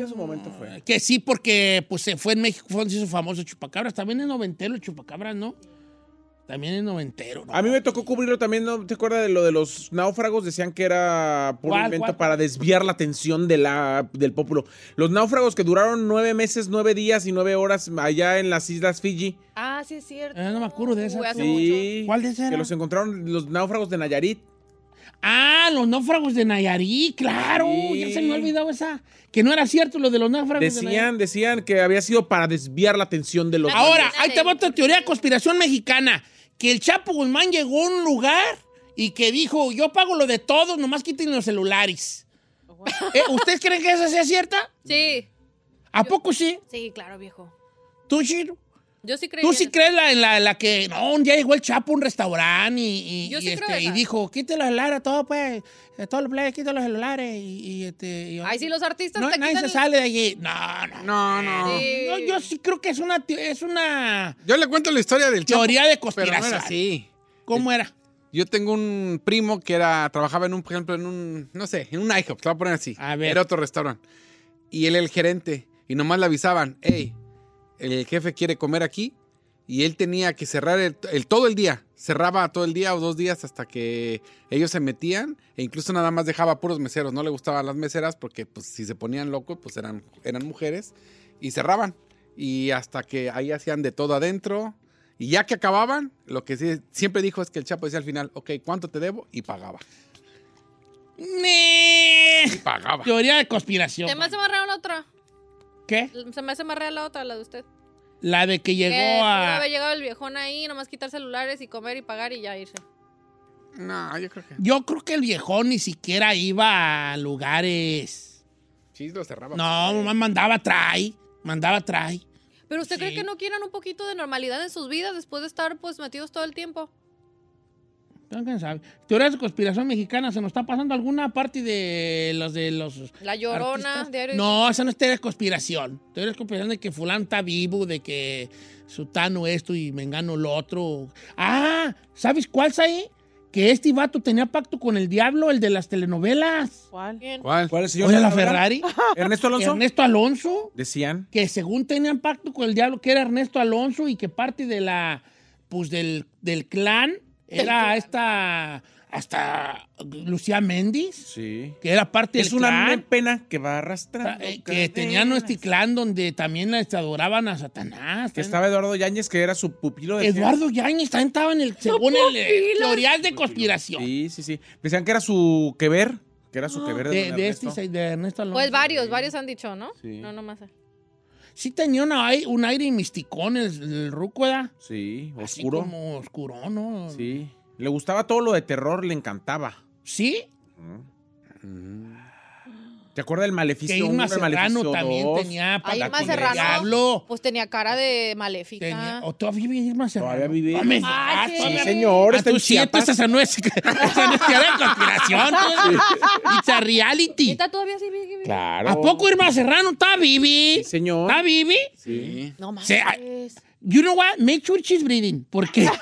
Speaker 3: en su momento fue.
Speaker 1: Que sí, porque pues se fue en México, fue donde se hizo famoso Chupacabras. También es noventero el Chupacabras, ¿no? También es noventero, ¿no?
Speaker 3: A mí me tocó cubrirlo también, ¿no te acuerdas de lo de los náufragos? Decían que era puro
Speaker 1: ¿Cuál,
Speaker 3: invento
Speaker 1: cuál?
Speaker 3: para desviar la atención de la, del pueblo. Los náufragos que duraron nueve meses, nueve días y nueve horas allá en las islas Fiji.
Speaker 2: Ah, sí es cierto.
Speaker 1: Eh, no me acuerdo de esa.
Speaker 2: Uy, hace mucho.
Speaker 3: Sí.
Speaker 1: ¿Cuál de esas
Speaker 3: Que
Speaker 1: era?
Speaker 3: los encontraron los náufragos de Nayarit.
Speaker 1: Ah, los náufragos de Nayarit, claro.
Speaker 3: Sí.
Speaker 1: Ya se me ha olvidado esa. Que no era cierto lo de los náufragos de Nayarit.
Speaker 3: Decían, decían que había sido para desviar la atención de los...
Speaker 1: Ahora,
Speaker 2: Imagínate.
Speaker 1: ahí te va otra teoría de conspiración mexicana. Que el Chapo Guzmán llegó a un lugar y que dijo, yo pago lo de todos, nomás quiten los celulares. Eh, ¿Ustedes creen que esa sea cierta?
Speaker 2: Sí,
Speaker 1: ¿A poco sí?
Speaker 2: sí, claro, viejo.
Speaker 1: ¿Tú, Shiro?
Speaker 2: Yo sí creo.
Speaker 1: ¿Tú sí crees la, en la, la que, no, un día llegó el Chapo a un restaurante y, y-
Speaker 2: Yo
Speaker 1: y,
Speaker 2: sí creo
Speaker 1: este, y
Speaker 2: esa.
Speaker 1: dijo, quiten los celulares, todo pues, eh, todos los players, quiten los celulares y, y, este... y-
Speaker 2: Ay, sí, los artistas
Speaker 1: No,
Speaker 2: te
Speaker 1: nadie
Speaker 2: quitan
Speaker 1: se
Speaker 2: el-
Speaker 1: sale de allí. No, no.
Speaker 4: No, no.
Speaker 2: Sí.
Speaker 1: No, yo sí creo que es una, teo- es una
Speaker 4: Yo le cuento la historia del Chapo,
Speaker 1: teoría de
Speaker 4: pero
Speaker 1: conspiración.
Speaker 4: no era así.
Speaker 1: ¿Cómo era?
Speaker 4: Yo tengo un primo que era trabajaba en un, por ejemplo, en un, no sé, en un IHOP, te lo voy a poner así.
Speaker 1: A ver.
Speaker 4: Era otro restaurante. Y él era el gerente. Y nomás le avisaban, hey, el jefe quiere comer aquí. Y él tenía que cerrar el, el- todo el día. Cerraba todo el día o dos días hasta que ellos se metían. E incluso nada más dejaba puros meseros. No le gustaban las meseras porque pues, si se ponían locos, pues eran, eran mujeres. Y cerraban. Y hasta que ahí hacían de todo adentro. Y ya que acababan, lo que sí- siempre dijo es que el Chapo decía al final, ok, ¿cuánto te debo? Y pagaba.
Speaker 1: Nee.
Speaker 4: Pagaba.
Speaker 1: Teoría de conspiración.
Speaker 2: Se me hace más real la otra.
Speaker 1: ¿Qué?
Speaker 2: Se me hace más real la otra, la de usted.
Speaker 1: La de que llegó
Speaker 2: que pudo
Speaker 1: a...
Speaker 2: haber llegado el viejón ahí, nomás quitar celulares y comer y pagar y ya irse.
Speaker 4: No, yo creo que
Speaker 1: Yo creo que el viejón ni siquiera iba a lugares.
Speaker 4: sí lo cerraba.
Speaker 1: No, nomás mandaba trae, mandaba trae.
Speaker 2: Pero usted cree
Speaker 1: Sí.
Speaker 2: que no quieran un poquito de normalidad en sus vidas después de estar pues metidos todo el tiempo.
Speaker 1: No, ¿Quién sabe? Teorías de conspiración mexicana, ¿se nos está pasando alguna parte de los de los
Speaker 2: La llorona,
Speaker 1: artistas.
Speaker 2: diario.
Speaker 1: No, esa no es teoría de conspiración. Teoría de conspiración de que fulano está vivo, de que sutano esto y mengano lo otro. Ah, ¿sabes cuál es ahí? Que este vato tenía pacto con el diablo, el de las telenovelas.
Speaker 7: ¿Cuál?
Speaker 4: ¿Cuál?
Speaker 3: ¿Cuál es el
Speaker 1: Oye, la
Speaker 3: Alonso?
Speaker 1: Ferrari.
Speaker 3: ¿Ernesto [LAUGHS] Alonso?
Speaker 1: Ernesto Alonso,
Speaker 3: Decían.
Speaker 1: que según tenían pacto con el diablo, que era Ernesto Alonso y que parte de la, pues del, del clan era esta, hasta Lucía Méndez,
Speaker 3: Sí.
Speaker 1: que era parte
Speaker 3: Es
Speaker 1: del
Speaker 3: una
Speaker 1: clan.
Speaker 3: pena que va
Speaker 1: Ta-
Speaker 3: arrastrando.
Speaker 1: eh, que tenían este clan donde también les adoraban a Satanás.
Speaker 3: Que estaba Eduardo Yáñez, que era su pupilo. decían.
Speaker 1: Eduardo Yáñez también estaba en el. Según el. eh, Teorías de conspiración.
Speaker 3: Sí, sí, sí. Decían que era su que ver. Que era su que ver.
Speaker 1: De,
Speaker 3: don
Speaker 1: de
Speaker 3: Ernesto.
Speaker 1: este, se- de Ernesto Alonso.
Speaker 2: Pues varios, varios han dicho, ¿no? No, nomás.
Speaker 1: Sí tenía un ai- un aire misticón el, el ruco, ¿verdad?
Speaker 3: Sí,
Speaker 1: Así
Speaker 3: oscuro.
Speaker 1: como oscuro, ¿no? Sí.
Speaker 3: Sí. Le gustaba todo lo de terror, le encantaba. ¿Te acuerdas del maleficio?
Speaker 1: Que
Speaker 3: uno,
Speaker 1: Irma
Speaker 3: el
Speaker 1: Serrano
Speaker 3: maleficio
Speaker 1: también
Speaker 3: dos?
Speaker 1: tenía.
Speaker 2: Ahí
Speaker 1: pacto
Speaker 2: más
Speaker 1: con el
Speaker 2: Serrano.
Speaker 1: Diablo.
Speaker 2: Pues tenía cara de maléfica.
Speaker 1: Tenía, oh, ¿O todavía vive Irma Serrano?
Speaker 3: Todavía vive.
Speaker 1: No me
Speaker 2: Ah,
Speaker 1: digas,
Speaker 2: sí.
Speaker 3: Sí,
Speaker 1: todavía
Speaker 3: señor.
Speaker 1: Ah,
Speaker 3: está en
Speaker 1: tú sí, tú
Speaker 3: Chiapas.
Speaker 1: estás en [LAUGHS] una teoría de conspiración. tú. It's a reality.
Speaker 2: Neta, todavía sí vive, vive.
Speaker 3: Claro.
Speaker 1: ¿A poco Irma Serrano está
Speaker 3: Sí,
Speaker 1: vivi?
Speaker 3: señor.
Speaker 1: ¿Está vivi?
Speaker 4: Sí.
Speaker 2: No más.
Speaker 1: Sí,
Speaker 2: pues.
Speaker 1: You know what? Make sure she's breathing.
Speaker 2: [LAUGHS]
Speaker 1: Porque... [LAUGHS]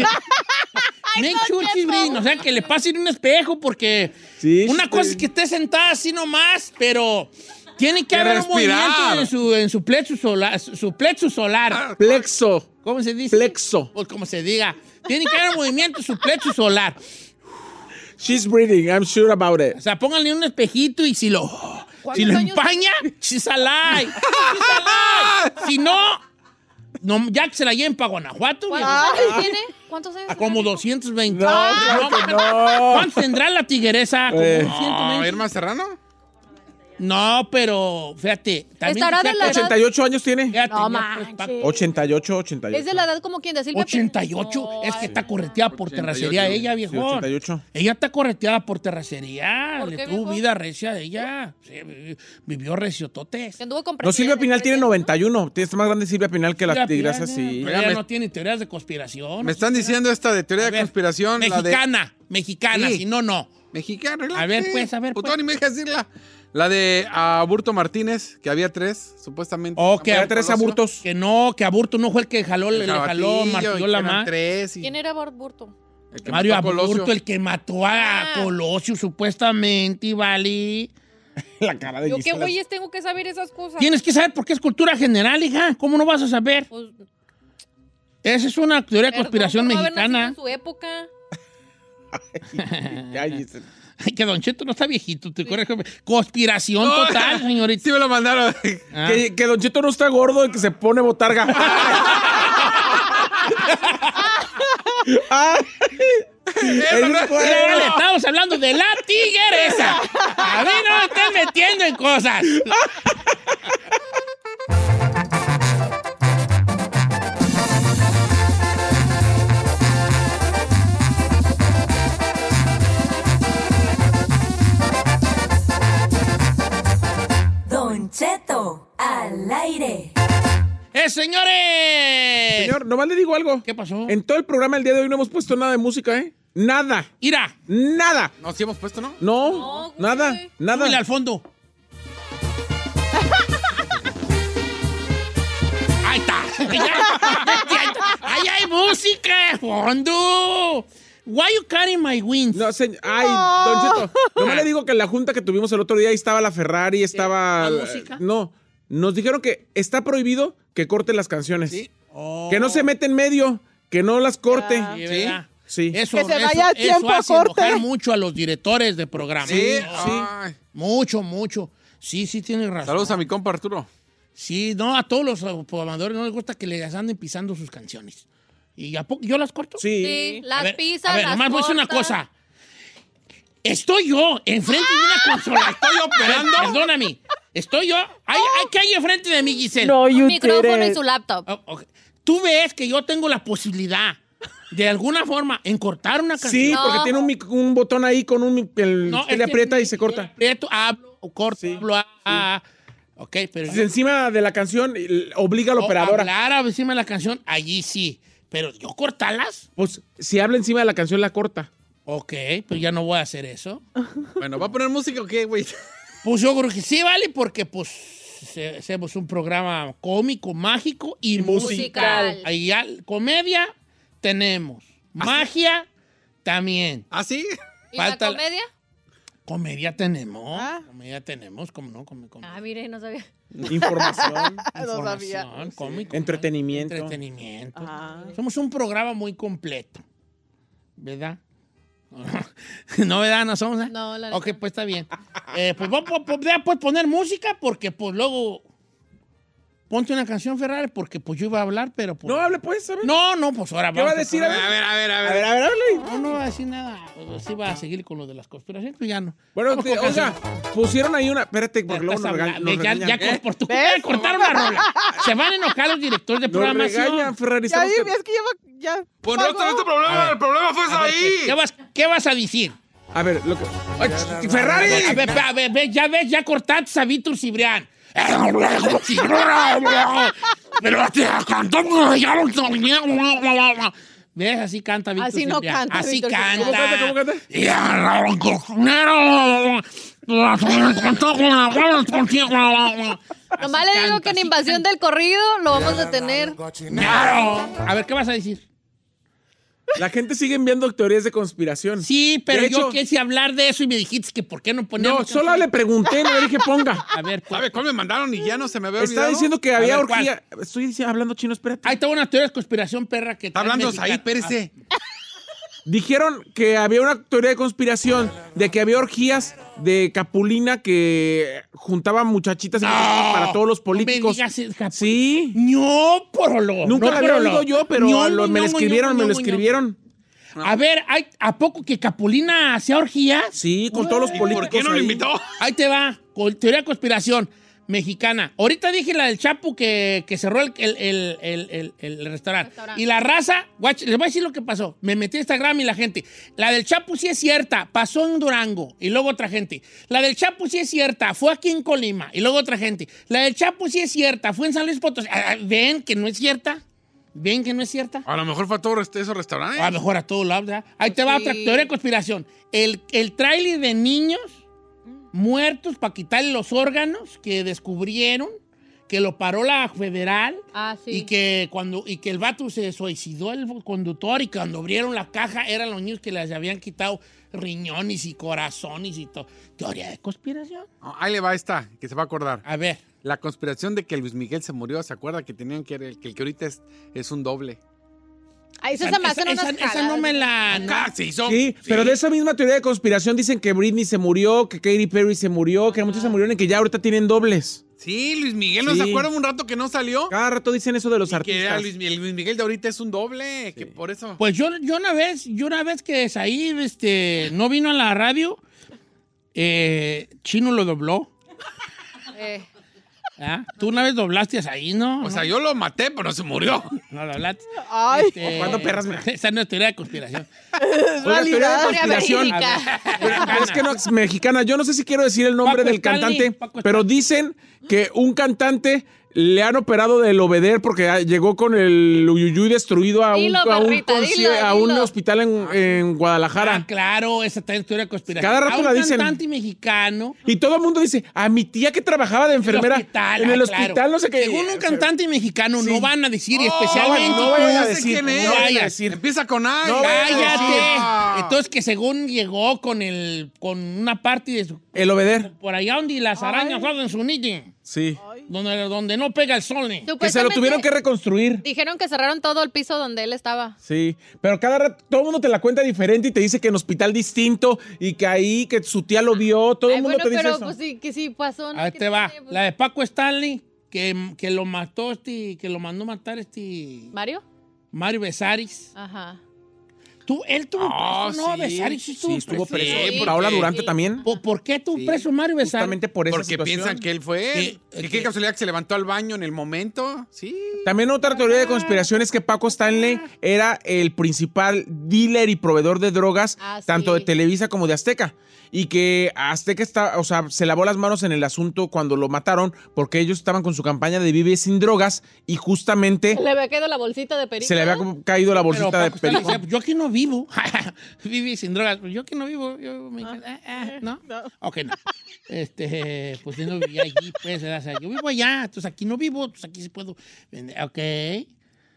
Speaker 1: Make sure she's breathing. O sea, que le pase en un espejo porque...
Speaker 3: Sí,
Speaker 1: una cosa
Speaker 3: she's
Speaker 1: es
Speaker 3: breathing.
Speaker 1: que esté sentada así nomás, pero... Tiene que
Speaker 4: Que
Speaker 1: haber un
Speaker 4: respirar.
Speaker 1: movimiento en su, en su plexo solar. Su, su plexo
Speaker 3: Ah,
Speaker 1: solar.
Speaker 3: Plexo.
Speaker 1: ¿Cómo se dice?
Speaker 3: Plexo.
Speaker 1: Pues como se diga. Tiene que haber un movimiento en su plexo solar.
Speaker 3: She's breathing. I'm sure about it.
Speaker 1: O sea, pónganle un espejito y si lo, si lo
Speaker 2: años?
Speaker 3: [LAUGHS]
Speaker 1: empaña, she's alive. She's alive. Si no, No, ya que se la lleven para Guanajuato, viejo.
Speaker 2: ¿Cuántos tiene? ¿Cuántos
Speaker 1: A
Speaker 2: años?
Speaker 1: como 220.
Speaker 3: No, claro que no.
Speaker 1: ¿Cuánto tendrá la tigresa? Como
Speaker 3: Eh.
Speaker 1: 120.
Speaker 4: Ah, Irma Serrano.
Speaker 1: No, pero fíjate. También
Speaker 2: Estará de la edad-
Speaker 3: 88 años tiene.
Speaker 1: Fíjate,
Speaker 2: No
Speaker 1: ya, pues, pa-
Speaker 2: manches.
Speaker 3: 88, 88.
Speaker 2: Es de la edad como quien de Silvia. Pinal.
Speaker 1: 88.
Speaker 2: No,
Speaker 1: es que
Speaker 2: ay,
Speaker 1: está correteada por
Speaker 4: 88.
Speaker 1: terracería ella, viejo.
Speaker 3: Sí, 88.
Speaker 1: Ella está correteada por terracería.
Speaker 2: ¿Por
Speaker 1: Le
Speaker 2: qué,
Speaker 1: tuvo
Speaker 2: viejo?
Speaker 1: vida recia a ella. Sí, vi- vivió reciototes.
Speaker 2: que Anduvo con
Speaker 3: No, Silvia
Speaker 2: presidentes,
Speaker 3: Pinal tiene
Speaker 2: presidentes,
Speaker 3: 91. Es más grande Silvia Pinal que la
Speaker 1: Mira,
Speaker 3: tigresa,
Speaker 1: Pilar,
Speaker 3: sí.
Speaker 1: Ella
Speaker 4: Oiga, me-
Speaker 1: no tiene teorías de conspiración.
Speaker 4: Me están diciendo esta de teoría
Speaker 1: A
Speaker 4: de
Speaker 1: ver,
Speaker 4: conspiración. La de...
Speaker 1: Mexicana, mexicana,
Speaker 4: Sí.
Speaker 1: si no, no.
Speaker 4: Mexicana,
Speaker 1: A ver, pues, a ver,
Speaker 4: Puto,
Speaker 1: pues.
Speaker 4: ni me dejas decirla. La de ah, Aburto Martínez, que había tres, supuestamente.
Speaker 1: Oh, que
Speaker 4: Amparo
Speaker 3: Había tres
Speaker 4: Colosio.
Speaker 3: aburtos.
Speaker 1: Que no, que Aburto no fue el que jaló, le,
Speaker 4: El
Speaker 1: le jaló,
Speaker 4: Jabatillo,
Speaker 1: martilló
Speaker 4: y
Speaker 1: la
Speaker 4: que eran
Speaker 1: mano.
Speaker 4: tres y
Speaker 2: ¿no? ¿Quién era Bart Burton?
Speaker 4: el que
Speaker 1: Mario
Speaker 4: mató a Colosio.
Speaker 1: Aburto, el que mató a
Speaker 2: Ah.
Speaker 1: Colosio, supuestamente, y vale.
Speaker 3: [LAUGHS] La cara de
Speaker 2: Yo qué
Speaker 3: Gisela.
Speaker 2: güeyes tengo que saber esas cosas.
Speaker 1: Tienes que saber por qué es cultura general, hija. ¿Cómo no vas a saber?
Speaker 2: Pues,
Speaker 1: Esa es una teoría de
Speaker 2: perdón
Speaker 1: conspiración
Speaker 2: por no haber nacido
Speaker 1: mexicana.
Speaker 2: En su época.
Speaker 3: Ya, Gisela.
Speaker 1: Ay, que Don Cheto no está viejito, te acuerdas? Conspiración total, señorita.
Speaker 4: Sí me lo mandaron.
Speaker 1: Ah.
Speaker 3: Que, que Don Cheto no está gordo y que se pone botarga. Ay. Es un
Speaker 1: Espérale,
Speaker 3: cuerno.
Speaker 1: estamos hablando de la tigresa. A mí no me estén metiendo en cosas.
Speaker 6: Don Cheto al aire.
Speaker 1: ¡Eh, señores!
Speaker 3: Señor, nomás le digo algo.
Speaker 1: ¿Qué pasó?
Speaker 3: En todo el programa el día de hoy no hemos puesto nada de música, ¿eh? Nada.
Speaker 1: Mira,
Speaker 3: Nada.
Speaker 4: No, sí hemos puesto, ¿no?
Speaker 3: No.
Speaker 2: No, güey.
Speaker 3: nada. Nada.
Speaker 1: súbele al fondo. Ahí está. [LAUGHS] Ya. Ahí hay música de fondo. Why you carrying my wings?
Speaker 3: No, señor. Ay, Don Cheto. Nomás le digo que en la junta que tuvimos el otro día ahí estaba la Ferrari, estaba.
Speaker 1: ¿La música?
Speaker 3: No. Nos dijeron que está prohibido que corten las canciones.
Speaker 4: Sí.
Speaker 1: Oh.
Speaker 3: Que no se mete en medio. Que no las corte.
Speaker 1: Sí, ¿verdad?
Speaker 3: Sí.
Speaker 1: Eso,
Speaker 7: Que se vaya a
Speaker 1: eso-
Speaker 7: tiempo
Speaker 1: eso hace
Speaker 7: corte.
Speaker 1: enojar mucho a los directores de programa.
Speaker 4: Sí,
Speaker 1: Oh,
Speaker 4: ay.
Speaker 1: Mucho, mucho. Sí, sí, tienes razón.
Speaker 4: Saludos a mi compa Arturo.
Speaker 1: Sí, no, a todos los programadores no les gusta que les anden pisando sus canciones. ¿Y a poco yo las corto?
Speaker 3: Sí.
Speaker 2: Sí,
Speaker 1: A
Speaker 2: las
Speaker 1: ver,
Speaker 2: pizzas,
Speaker 1: A ver,
Speaker 2: las
Speaker 1: nomás voy a decir una
Speaker 2: tortas.
Speaker 1: cosa. Estoy yo enfrente
Speaker 2: Ah.
Speaker 1: de una
Speaker 2: [LAUGHS]
Speaker 1: consola. Estoy operando. Perdóname. Estoy yo. Hay, hay que hay enfrente de mí, Giselle.
Speaker 7: No,
Speaker 2: Un
Speaker 7: you
Speaker 2: micrófono
Speaker 7: didn't.
Speaker 2: y su laptop.
Speaker 1: Oh, ok. Tú ves que yo tengo la posibilidad de alguna forma en cortar una canción.
Speaker 3: Sí,
Speaker 2: No.
Speaker 3: porque tiene un, mic- un botón ahí con un. mic- El,
Speaker 1: No,
Speaker 3: que
Speaker 1: es
Speaker 3: le
Speaker 1: que
Speaker 3: aprieta
Speaker 1: yo
Speaker 3: y se
Speaker 1: le
Speaker 3: corta.
Speaker 1: aprieto, hablo, o corto, hablo, ah, ok, pero
Speaker 3: Entonces, encima de la canción el- obliga a
Speaker 4: Oh,
Speaker 3: la
Speaker 1: o
Speaker 3: operadora.
Speaker 1: hablar encima de la canción, allí sí. Pero yo cortarlas,
Speaker 3: Pues si habla encima de la canción, la corta.
Speaker 1: ok, pero ya no voy a hacer eso.
Speaker 4: Bueno, ¿va a poner música o qué, güey? [LAUGHS]
Speaker 1: Pues yo creo que sí, vale, porque pues se- hacemos un programa cómico, mágico y,
Speaker 2: musical.
Speaker 1: musical. Ah, Ahí ya, comedia tenemos, magia también.
Speaker 4: ¿Ah, sí?
Speaker 2: ¿Y
Speaker 1: Falta
Speaker 2: la
Speaker 1: la-
Speaker 2: comedia?
Speaker 1: Comedia tenemos,
Speaker 7: Ah.
Speaker 1: comedia tenemos, como no, Come- come-
Speaker 2: Ah, mire, no sabía.
Speaker 3: Información,
Speaker 7: No sabía.
Speaker 1: información, cómico,
Speaker 3: entretenimiento.
Speaker 1: entretenimiento.
Speaker 7: Ah.
Speaker 1: Somos un programa muy completo. ¿Verdad? [LAUGHS] no, ¿verdad? No somos. eh?
Speaker 2: No, la neta.
Speaker 1: Ok, pues está bien. Eh, pues vamos a po- ya puedes poner música porque pues luego ponte una canción Ferrari porque pues yo iba a hablar, pero pues,
Speaker 3: No, hable pues, a ver.
Speaker 1: no, no, pues ahora
Speaker 3: ¿Qué va a
Speaker 1: vamos
Speaker 3: decir? A
Speaker 4: A
Speaker 3: ver,
Speaker 4: ver, a ver, a
Speaker 3: a
Speaker 4: ver.
Speaker 3: ver, a ver, hable.
Speaker 1: No, no va a decir nada. Pues, Sí va a seguir con lo de las conspiraciones, pero ya no.
Speaker 3: Bueno,
Speaker 1: Vamos
Speaker 3: te-
Speaker 1: con
Speaker 3: oiga,
Speaker 1: canciones.
Speaker 3: pusieron ahí una. Espérate,
Speaker 1: Ya
Speaker 3: porque luego
Speaker 1: estás
Speaker 3: nos, regañan.
Speaker 1: hablando,
Speaker 3: nos
Speaker 1: ya,
Speaker 3: regañan.
Speaker 1: ya
Speaker 3: ¿Eh?
Speaker 1: por tu culpa de cortar una rola. Se van a enojar los directores de
Speaker 3: Nos
Speaker 1: programación.
Speaker 3: regañan, Ferrari.
Speaker 7: Ya,
Speaker 3: estamos-
Speaker 7: dime, es que ya va- ya.
Speaker 4: Pues no está este
Speaker 1: A
Speaker 4: problema,
Speaker 1: ver.
Speaker 4: el problema fue
Speaker 1: A ver,
Speaker 4: ahí.
Speaker 1: ¿Qué vas, ¿Qué vas a decir?
Speaker 3: A ver, lo que. ¡Ay,
Speaker 1: A ver, a
Speaker 3: ¡Ferrari!
Speaker 1: ver, a ver, ve, ya ves, ya cortaste a Víctor Cibrián. Pero te cantó, ya lo sabía. ¿Ves? Así canta Víctor
Speaker 7: Así no
Speaker 1: Cibrián.
Speaker 7: canta
Speaker 1: Así
Speaker 7: Víctor
Speaker 1: canta.
Speaker 7: Cibrián.
Speaker 3: ¿Cómo canta, cómo canta?
Speaker 1: Y a la cocinera, la contó con la bola, contigo.
Speaker 2: Nomás le
Speaker 1: Así
Speaker 2: digo
Speaker 1: canta,
Speaker 2: que en
Speaker 1: así
Speaker 2: invasión del corrido lo vamos a tener.
Speaker 1: Claro. A ver, ¿qué vas a decir?
Speaker 3: La gente sigue enviando teorías de conspiración.
Speaker 1: Sí, pero
Speaker 3: De
Speaker 1: yo
Speaker 3: hecho-
Speaker 1: quise hablar de eso y me dijiste que por qué no poníamos...
Speaker 3: No, solo le pregunté, no le dije
Speaker 1: [LAUGHS]
Speaker 3: ponga.
Speaker 1: A ver, pues,
Speaker 4: ¿Sabe cuál me mandaron y ya no se me había
Speaker 3: Está
Speaker 4: olvidado?
Speaker 3: diciendo que
Speaker 1: A
Speaker 3: había
Speaker 1: ver, ¿cuál?
Speaker 3: orgía. Estoy diciendo- hablando chino, espérate.
Speaker 1: ahí está una teoria de conspiración, perra, que...
Speaker 4: Ah, Está hablando ahí,
Speaker 1: Pérez.
Speaker 4: espérese.
Speaker 3: Dijeron que había una teoría de conspiración de que había orgías de Capulina que juntaba muchachitas para todos los políticos.
Speaker 1: No me digas, hija,
Speaker 3: sí.
Speaker 1: No, por lo.
Speaker 3: Nunca
Speaker 1: no,
Speaker 3: la había
Speaker 1: por lo.
Speaker 3: oído yo, pero
Speaker 1: No,
Speaker 3: lo-
Speaker 1: no,
Speaker 3: me lo
Speaker 1: no, no,
Speaker 3: escribieron,
Speaker 1: no,
Speaker 3: me lo
Speaker 1: no, no.
Speaker 3: escribieron.
Speaker 1: A ver, ¿hay, ¿a poco que Capulina hacía orgías?
Speaker 3: Sí, con todos los políticos.
Speaker 4: ¿Por qué no lo
Speaker 3: ahí.
Speaker 4: invitó?
Speaker 1: Ahí te va, con teoría de conspiración mexicana. Ahorita dije la del Chapu que, que cerró el, el- el- el- el- el restaurante.
Speaker 2: Restaurante.
Speaker 1: Y la raza, guach, les voy a decir lo que pasó. Me metí a Instagram y la gente. La del Chapu sí es cierta, pasó en Durango y luego otra gente. La del Chapu sí es cierta, fue aquí en Colima y luego otra gente. La del Chapu sí es cierta, fue en San Luis Potosí. Ah, ah, ¿Ven que no es cierta? ¿Ven que no es cierta?
Speaker 4: A lo mejor fue a todos esos restaurantes.
Speaker 1: A lo mejor a todos lados, ¿verdad? Ahí te va
Speaker 2: Sí.
Speaker 1: otra teoría de conspiración. El, el tráiler de niños muertos para quitarle los órganos que descubrieron, que lo paró la federal
Speaker 2: Ah, sí.
Speaker 1: y, que cuando, y que el vato se suicidó el conductor y cuando abrieron la caja eran los niños que les habían quitado riñones y corazones y todo. Teoría de conspiración.
Speaker 4: No, Ahí le va esta, que se va a acordar.
Speaker 1: A ver,
Speaker 4: La conspiración de que Luis Miguel se murió, ¿se acuerda que tenían que que el que ahorita es, es un doble?
Speaker 2: Ahí se me hacen unas
Speaker 1: esa- esa no
Speaker 2: jaladas.
Speaker 1: me la... no.
Speaker 4: Casi Ah, son.
Speaker 3: Sí, pero de esa misma teoría de conspiración dicen que Britney se murió, que Katy Perry se murió, que muchos se murieron y que ya ahorita tienen dobles.
Speaker 4: Sí, Luis Miguel, ¿no
Speaker 3: Sí.
Speaker 4: se acuerdan un rato que no salió?
Speaker 3: Cada rato dicen eso de los
Speaker 4: Y que era
Speaker 3: artistas.
Speaker 4: Luis, Mi- el Luis Miguel de ahorita es un doble, que por eso.
Speaker 1: Pues yo, yo una vez, yo una vez que Saí este, no vino a la radio, eh, Chino lo dobló.
Speaker 2: Eh,
Speaker 1: ¿ah? Tú una vez doblaste a Saí, ¿no?
Speaker 4: o sea, yo lo maté, pero no
Speaker 3: [LAUGHS]
Speaker 4: se murió.
Speaker 1: No, lo doblaste.
Speaker 7: Ay,
Speaker 1: Este,
Speaker 3: ¿Cuándo perras me-
Speaker 1: [LAUGHS] Esa no es teoría de conspiración.
Speaker 3: Oiga, teoría de
Speaker 2: Teoría
Speaker 3: conspiración.
Speaker 2: verídica.
Speaker 1: [LAUGHS]
Speaker 3: Pero
Speaker 1: ah,
Speaker 3: es que no es mexicana. Yo no sé si quiero decir el nombre
Speaker 1: Paco
Speaker 3: del
Speaker 1: Stanley,
Speaker 3: cantante,
Speaker 1: Paco
Speaker 3: pero dicen que un cantante le han operado del obeder porque ah, llegó con el uyuyuy destruido a un,
Speaker 2: Dilo,
Speaker 3: a un,
Speaker 2: perrita,
Speaker 3: conci-
Speaker 2: dilo,
Speaker 3: a un
Speaker 2: dilo.
Speaker 3: hospital en, en
Speaker 1: Ah,
Speaker 3: Guadalajara.
Speaker 1: claro, esa también es teoría de conspiración.
Speaker 3: Cada rato
Speaker 1: A un
Speaker 3: la dicen.
Speaker 1: cantante mexicano.
Speaker 3: Y todo el mundo dice, a mi tía que trabajaba de enfermera
Speaker 1: Ah, el hospital,
Speaker 3: en el
Speaker 1: ah, claro.
Speaker 3: hospital, no sé qué.
Speaker 1: Según un
Speaker 3: O sea,
Speaker 1: cantante mexicano,
Speaker 3: sí.
Speaker 1: no van a decir, y
Speaker 3: bueno,
Speaker 1: especialmente
Speaker 3: no
Speaker 1: tú,
Speaker 3: vayan a
Speaker 4: sé
Speaker 3: decir,
Speaker 4: quién
Speaker 3: no
Speaker 4: es.
Speaker 1: vayan a
Speaker 3: decir.
Speaker 4: Empieza con A.
Speaker 3: No vayan a
Speaker 1: ¡Cállate!
Speaker 3: decir.
Speaker 4: Ah.
Speaker 1: Entonces que según llegó con el con una parte de su-
Speaker 3: El obeder.
Speaker 1: por allá donde las arañas hacen su nido,
Speaker 3: Sí.
Speaker 1: donde, donde no pega el sol. ¿eh?
Speaker 3: Que se lo
Speaker 2: Supuestamente
Speaker 3: tuvieron que reconstruir.
Speaker 2: Dijeron que cerraron todo el piso donde él estaba.
Speaker 3: Sí, pero cada rato todo el mundo te la cuenta diferente y te dice que en hospital distinto y que ahí que su tía lo vio, todo
Speaker 2: Ay,
Speaker 3: el mundo
Speaker 2: bueno,
Speaker 3: te dice
Speaker 2: pero
Speaker 3: eso.
Speaker 2: pues sí, que sí pasó. ¿no?
Speaker 1: Ahí
Speaker 2: Que
Speaker 1: te va.
Speaker 2: tiene, pues,
Speaker 1: La de Paco Stanley, que, que lo mató este, que lo mandó matar este
Speaker 2: ¿Mario?
Speaker 1: Mario Besaris.
Speaker 2: Ajá.
Speaker 1: Tú, él tuvo
Speaker 4: Ah,
Speaker 1: preso, ¿no?
Speaker 4: sí.
Speaker 1: Besaris sí estuvo,
Speaker 3: sí, estuvo preso.
Speaker 1: preso.
Speaker 4: Sí,
Speaker 3: ¿Y Paola
Speaker 4: porque-
Speaker 3: Durante también.
Speaker 1: ¿Por, por qué estuvo
Speaker 4: Sí,
Speaker 1: preso Mario Besaris?
Speaker 3: Justamente por eso.
Speaker 4: Porque piensan que él fue.
Speaker 1: Sí,
Speaker 4: él. ¿Y qué
Speaker 1: que-
Speaker 4: casualidad que se levantó al baño en el momento? Sí.
Speaker 3: También otra teoría de conspiración es que Paco Stanley era el principal dealer y proveedor de drogas,
Speaker 2: Ah, sí.
Speaker 3: tanto de Televisa como de Azteca. Y que Azteca está, o sea, se lavó las manos en el asunto cuando lo mataron, porque ellos estaban con su campaña de Vive sin drogas y justamente
Speaker 2: Le había quedado la bolsita de perico.
Speaker 3: se le había caído la
Speaker 1: Pero
Speaker 3: bolsita de
Speaker 1: Paco Stanley
Speaker 3: perico.
Speaker 1: decía, yo aquí no vivo. [LAUGHS] Viví sin drogas. Yo aquí no vivo. Yo me- ah, ah,
Speaker 2: eh,
Speaker 1: ¿No?
Speaker 7: no.
Speaker 1: Ok, no. Este, [LAUGHS] pues yo no vivía allí, pues, ¿verdad? O sea, yo vivo allá, entonces aquí no vivo, entonces aquí sí puedo vender. Ok.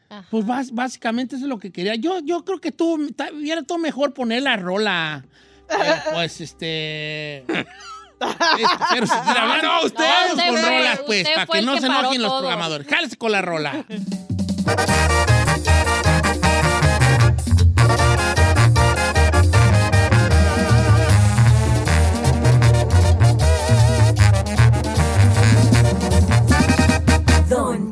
Speaker 2: Ajá.
Speaker 1: Pues bas- básicamente eso es lo que quería. Yo, yo creo que tú ta- hubiera todo mejor poner la rola.
Speaker 2: [LAUGHS]
Speaker 1: Pero, pues este. Pero seguir hablando.
Speaker 4: No, usted-
Speaker 1: Vamos
Speaker 2: usted
Speaker 1: con
Speaker 2: fue-
Speaker 1: rolas, pues,
Speaker 2: usted
Speaker 1: para
Speaker 2: fue
Speaker 1: que
Speaker 2: el
Speaker 1: no
Speaker 2: que
Speaker 1: se
Speaker 2: paró
Speaker 1: enojen los
Speaker 2: todo.
Speaker 1: programadores. Jálese con la rola.
Speaker 6: Don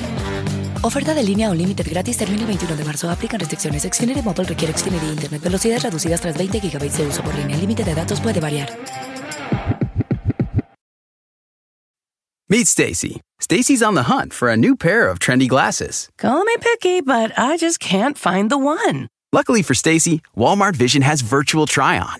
Speaker 5: Oferta de línea o límite gratis termina el 21 de marzo. Aplican restricciones. Xfinity Mobile requiere Xfinity Internet. Velocidades reducidas tras 20 GB de uso por línea. El límite de datos puede variar.
Speaker 8: Meet Stacy. Stacy's on the hunt for a new pair of trendy glasses.
Speaker 9: Call me picky, but I just can't find the one.
Speaker 8: Luckily for Stacy, Walmart Vision has virtual try-on.